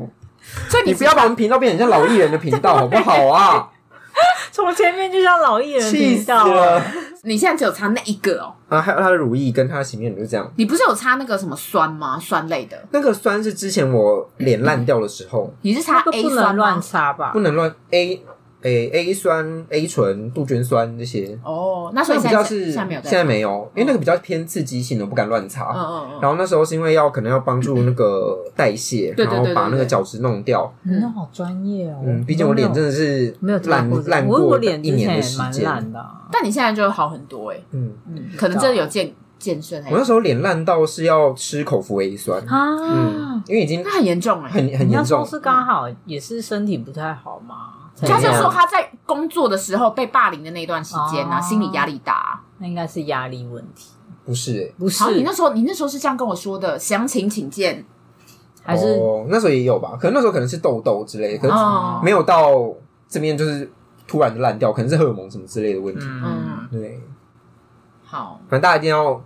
Speaker 1: 所以
Speaker 3: 你
Speaker 1: 你
Speaker 3: 不要把我们频道变成像老艺人的频道， 好不好啊？
Speaker 2: 从前面就像老艺人
Speaker 3: 气
Speaker 2: 频
Speaker 3: 死
Speaker 2: 道啊
Speaker 3: 了！
Speaker 1: 你现在只有擦那一个哦，
Speaker 3: 啊，还有它的乳液跟它的洗面乳就这样。
Speaker 1: 你不是有擦那个什么酸吗？酸类的，
Speaker 3: 那个酸是之前我脸烂掉的时候，
Speaker 1: 你是
Speaker 2: 他
Speaker 1: 擦
Speaker 2: 都
Speaker 1: A
Speaker 2: 不能
Speaker 1: 酸吗
Speaker 2: 乱擦吧
Speaker 3: 不？能乱 A A A 酸、A 醇、杜鹃酸这些。
Speaker 1: 哦，那所
Speaker 3: 那个
Speaker 1: 以
Speaker 3: 比
Speaker 1: 现
Speaker 3: 较
Speaker 1: 在
Speaker 3: 是
Speaker 1: 现在没有在
Speaker 3: 现在没有，因为那
Speaker 2: 哦
Speaker 3: 个比较偏刺激性的，我不敢乱
Speaker 1: 嗯
Speaker 3: 擦。
Speaker 1: 嗯嗯，
Speaker 3: 然后那时候是因为要可能要帮助那个代谢，
Speaker 1: 对对
Speaker 3: 然后
Speaker 1: 对对
Speaker 3: 把那个
Speaker 1: 对
Speaker 3: 角质弄掉。
Speaker 2: 你那好专业哦。
Speaker 3: 嗯，毕竟我脸真
Speaker 2: 的
Speaker 3: 的是
Speaker 2: 没有擦
Speaker 3: 烂
Speaker 2: 过这个
Speaker 3: 烂
Speaker 2: 我
Speaker 3: 过
Speaker 2: 我脸
Speaker 3: 一
Speaker 2: 之前
Speaker 3: 年的
Speaker 2: 也
Speaker 3: 时
Speaker 2: 蛮
Speaker 3: 间。
Speaker 2: 烂的啊。
Speaker 1: 但你现在就好很多哎，
Speaker 3: 嗯，
Speaker 1: 嗯，可能真的有健健身欸还
Speaker 3: 我那时候脸烂到是要吃口服 A 酸，嗯
Speaker 2: 啊，，
Speaker 3: 因为已经
Speaker 1: 那很严重哎。
Speaker 3: 很很
Speaker 2: 你那
Speaker 3: 严
Speaker 2: 时候
Speaker 3: 重。
Speaker 2: 是刚好也是身体不太好嘛，才
Speaker 1: 他
Speaker 3: 加
Speaker 1: 就
Speaker 3: 上
Speaker 2: 这
Speaker 1: 说
Speaker 2: 样
Speaker 1: 他在工作的时候被霸凌的那段时间啊，
Speaker 2: 哦
Speaker 1: 心理压力大啊。
Speaker 2: 那应该是压力问题，
Speaker 3: 不是欸
Speaker 2: 不
Speaker 1: 好，你
Speaker 2: 是
Speaker 1: 那时候你那时候是这样跟我说的，详情请见。
Speaker 2: 还是
Speaker 3: 哦、那时候也有吧，可能那时候可能是痘痘之类的，可能
Speaker 1: 哦，
Speaker 3: 没有到这边就是突然就烂掉，可能是荷尔蒙什么之类的问题。
Speaker 2: 嗯
Speaker 1: 嗯，
Speaker 3: 对，
Speaker 1: 好。
Speaker 3: 反正大家一定要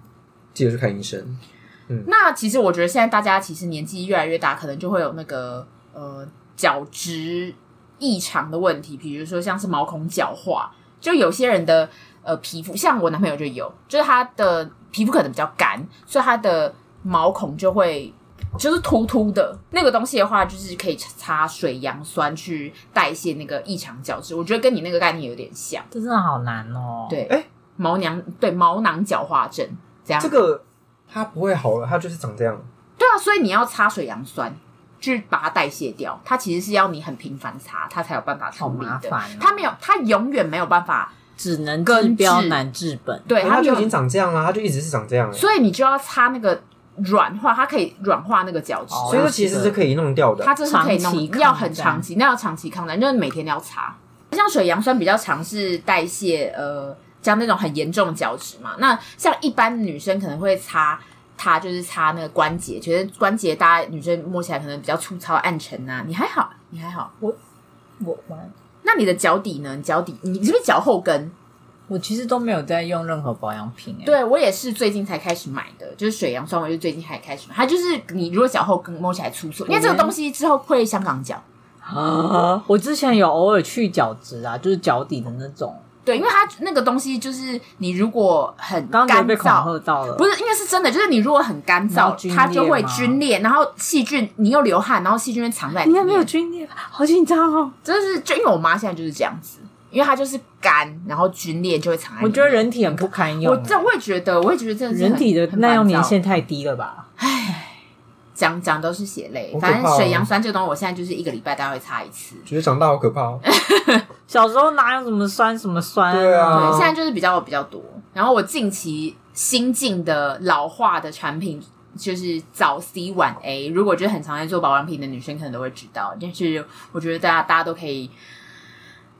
Speaker 3: 记得去看医生。
Speaker 1: 那其实我觉得现在大家其实年纪越来越大，可能就会有那个呃角质异常的问题，比如说像是毛孔角化，就有些人的呃皮肤，像我男朋友就有，就是他的皮肤可能比较干，所以他的毛孔就会。就是突突的那个东西的话，就是可以擦水杨酸去代谢那个异常角质。我觉得跟你那个概念有点像，
Speaker 2: 这真的好难哦。
Speaker 1: 对，
Speaker 3: 哎
Speaker 1: 毛囊对毛囊角化症这样
Speaker 3: 这。个它不会好了，它就是长这样。
Speaker 1: 对啊，所以你要擦水杨酸去把它代谢掉，它其实是要你很频繁擦，它才有办法处理
Speaker 2: 好麻
Speaker 1: 的。
Speaker 2: 烦哦
Speaker 1: 它没有，它永远没有办法，
Speaker 2: 只能治
Speaker 1: 根治
Speaker 2: 标难治本。
Speaker 1: 对，
Speaker 3: 它
Speaker 1: 它
Speaker 3: 就
Speaker 1: 就
Speaker 3: 已经长这样了，它就一直是长这样欸。
Speaker 1: 所以你就要擦那个软化，它可以软化那个角质，
Speaker 2: 哦
Speaker 3: 欸所以说其实是可以弄掉的。
Speaker 1: 它这是可以
Speaker 2: 长期
Speaker 1: 弄，
Speaker 2: 抗
Speaker 1: 要很
Speaker 2: 战
Speaker 1: 长期，那要长期抗战，就是每天都要擦。像水杨酸比较常是代谢，呃，像那种很严重的角质嘛。那像一般女生可能会擦。它就是擦那个关节，觉得关节大家女生摸起来可能比较粗糙、暗沉啊。你还好，你还好。
Speaker 2: 我完
Speaker 1: 那你的脚底呢？你脚底，你是不是脚后跟？
Speaker 2: 嗯我其实都没有在用任何保养品、欸，，
Speaker 1: 对我也是最近才开始买的，就是水杨酸，我就最近才开始买。它就是你如果脚后跟摸起来粗糙，因
Speaker 2: 嗯
Speaker 1: 为这个东西之后会香港脚，
Speaker 2: 啊，我之前有偶尔去角质啊，就是脚底的那种，
Speaker 1: 对，因为它那个东西就是你如果很
Speaker 2: 刚刚
Speaker 1: 干
Speaker 2: 被恐
Speaker 1: 燥。
Speaker 2: 吓到了，
Speaker 1: 不是，因为是真的，就是你如果很干
Speaker 2: 然
Speaker 1: 燥
Speaker 2: 后皲裂，
Speaker 1: 它就会
Speaker 2: 吗
Speaker 1: 皲裂，然后细菌，你又流汗，然后细菌会藏在里
Speaker 2: 应
Speaker 1: 面。
Speaker 2: 该没有皲裂吧，好紧张哦。
Speaker 1: 就是就因为我妈现在就是这样子，因为她就是干，然后皲裂就会藏在里
Speaker 2: 我
Speaker 1: 面。
Speaker 2: 觉得人体很不堪用、
Speaker 1: 我这我也觉得，我也觉得真的是
Speaker 2: 人
Speaker 1: 很
Speaker 2: 体的
Speaker 1: 很
Speaker 2: 耐用
Speaker 1: 烦
Speaker 2: 年
Speaker 1: 躁
Speaker 2: 限太低了吧？
Speaker 1: 讲讲都是血泪
Speaker 3: 好，可怕哦
Speaker 1: 反正水杨酸这个东西，我现在就是一个礼拜大概会擦一次。
Speaker 3: 觉得长大好可怕哦。
Speaker 2: 小时候哪有什么酸什么酸、
Speaker 3: 对啊
Speaker 2: 嗯
Speaker 1: 对，现在就是比较比较多。然后我近期新进的老化的产品就是早 C 晚 A，如果就是很常在做保养品的女生，可能都会知道。但是我觉得大家大家都可以，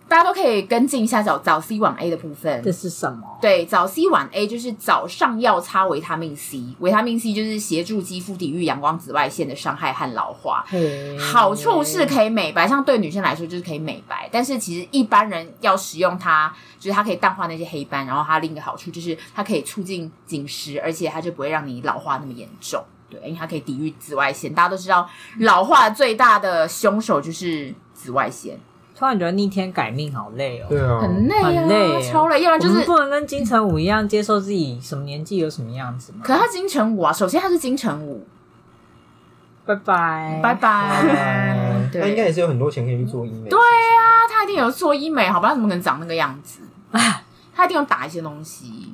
Speaker 1: 大家都可以跟进一下早早 C 晚 A 的部分
Speaker 2: 这。是什么？
Speaker 1: 对，早 C 晚 A 就是早上要擦维他命 C，维他命 C 就是协助肌肤抵御阳光紫外线的伤害和老化。
Speaker 2: 嘿
Speaker 1: 好处是可以美白，像对女生来说就是可以美白，但是其实一般人要使用它，就是它可以淡化那些黑斑，然后它另一个好处就是它可以促进紧实，而且它就不会让你老化那么严重。对，因为它可以抵御紫外线。大家都知道，老化最大的凶手就是紫外线，
Speaker 2: 突然觉得逆天改命好累哦，
Speaker 3: 对啊，
Speaker 1: 很累啊，
Speaker 2: 很累耶
Speaker 1: 超累。要不然就
Speaker 2: 我
Speaker 1: 是
Speaker 2: 们不能跟金城武一样接受自己什么年纪有什么样子吗？
Speaker 1: 可是它金城武啊，首先它是金城武，
Speaker 2: 拜拜
Speaker 1: 拜 拜
Speaker 3: 哎。
Speaker 1: 对，
Speaker 3: 那应该也是有很多钱可以去做医美。
Speaker 1: 对啊，他一定有做医美，好吧？怎么可能长那个样子？他一定有打一些东西，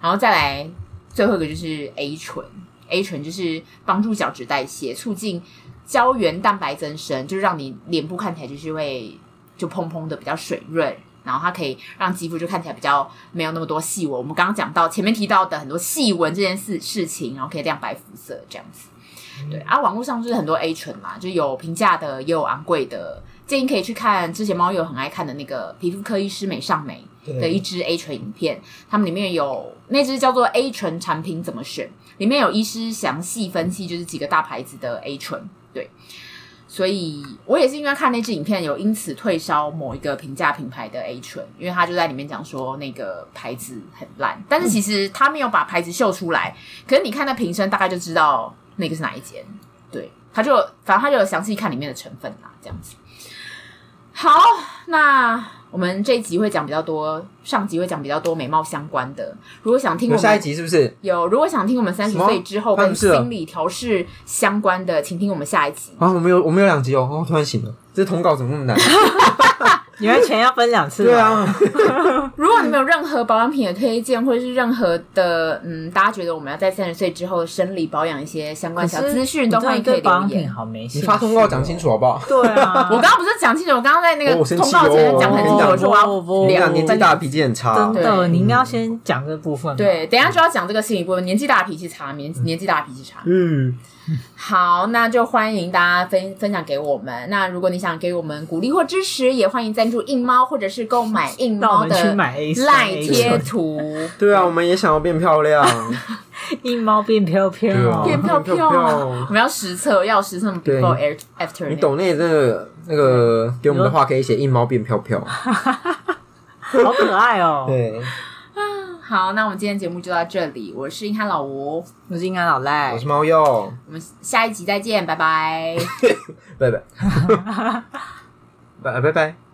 Speaker 1: 然后再来最后一个就是 A 醇，A 醇就是帮助角质代谢，促进胶原蛋白增生，就是让你脸部看起来就是会就蓬蓬的，比较水润。然后它可以让肌肤就看起来比较没有那么多细纹。我们刚刚讲到前面提到的很多细纹这件事事情，然后可以亮白肤色这样子。对啊，网络上就是很多 A 醇嘛，就有平价的，也有昂贵的。建议可以去看之前猫友很爱看的那个皮肤科医师美尚美的一支 A 醇影片，他们里面有那支叫做 A 醇产品怎么选，里面有医师详细分析，就是几个大牌子的 A 醇。对，所以我也是因为看那支影片，有因此退烧某一个平价品牌的 A 醇，因为他就在里面讲说那个牌子很烂，但是其实他没有把牌子秀出来，可是你看那瓶身大概就知道那个是哪一间。对，他就反正他就有详细看里面的成分啦，这样子。好，那我们这一集会讲比较多，上集会讲比较多美貌相关的。如果想听我
Speaker 3: 有
Speaker 1: 们
Speaker 3: 下一集是不是？
Speaker 1: 有，如果想听我们三十
Speaker 3: 什么啊
Speaker 1: 岁之后
Speaker 3: 办
Speaker 1: 跟
Speaker 3: 事了
Speaker 1: 心理调试相关的，请听我们下一集。
Speaker 3: 啊，我们有我们有两集哦，哦，突然醒了，这通稿怎么那么难？
Speaker 2: 原来钱要分两次，
Speaker 3: 对，啊，
Speaker 1: 如果你们有任何保养品的推荐，或者是任何的，嗯，大家觉得我们要在三十岁之后生理保养一些相关
Speaker 2: 可
Speaker 1: 小
Speaker 2: 是
Speaker 1: 资讯，都欢迎
Speaker 2: 你
Speaker 1: 可
Speaker 2: 真
Speaker 1: 以
Speaker 2: 的对保
Speaker 1: 留
Speaker 2: 养品
Speaker 1: 言。
Speaker 2: 好没兴
Speaker 3: 你
Speaker 2: 趣，
Speaker 3: 发通告讲清，楚好不好？
Speaker 2: 对 啊，
Speaker 1: 我刚刚不是讲清楚，我刚刚在那个
Speaker 3: 哦我生
Speaker 1: 通
Speaker 3: 气
Speaker 1: 告前
Speaker 3: 哦
Speaker 1: 讲很清楚，
Speaker 3: 哦
Speaker 1: 我说我
Speaker 2: 哦
Speaker 3: 你
Speaker 1: 要
Speaker 2: 哦对
Speaker 1: 聊
Speaker 2: 啊
Speaker 3: 俩年纪大，脾气很差
Speaker 2: 真。的，
Speaker 1: 对
Speaker 2: 你应该要先讲这部分吧，
Speaker 1: 对，等一下就要讲这个心理
Speaker 2: 嗯
Speaker 1: 部分，年纪大脾气差，年年纪大脾气差。
Speaker 3: 嗯，
Speaker 1: 好，那就欢迎大家分分享给我们。那如果你想给我们鼓励或支持，也欢迎赞助硬猫或者是购买硬
Speaker 2: 那我
Speaker 1: 猫
Speaker 2: 们去
Speaker 1: 的
Speaker 2: 买 A 三
Speaker 1: 赖
Speaker 2: A
Speaker 1: 贴
Speaker 2: 醇
Speaker 1: 图。
Speaker 3: 对啊，我们也想要变漂亮，
Speaker 2: 一猫变飘飘哦
Speaker 3: 对，啊
Speaker 1: 变票 票
Speaker 3: 变
Speaker 1: 啊
Speaker 3: 票！票
Speaker 1: 我们要实测，要实测 before air- after
Speaker 3: 你懂那个那个给我们的话，可以写一猫变飘飘。
Speaker 2: 好可爱哦。
Speaker 3: 对，
Speaker 1: 好，那我们今天节目就到这里。我是硬汉老吴，
Speaker 2: 我是应该老赖
Speaker 3: 我是，猫鼬，
Speaker 1: 我们 下一集再见，拜拜。
Speaker 3: 拜拜，拜拜拜。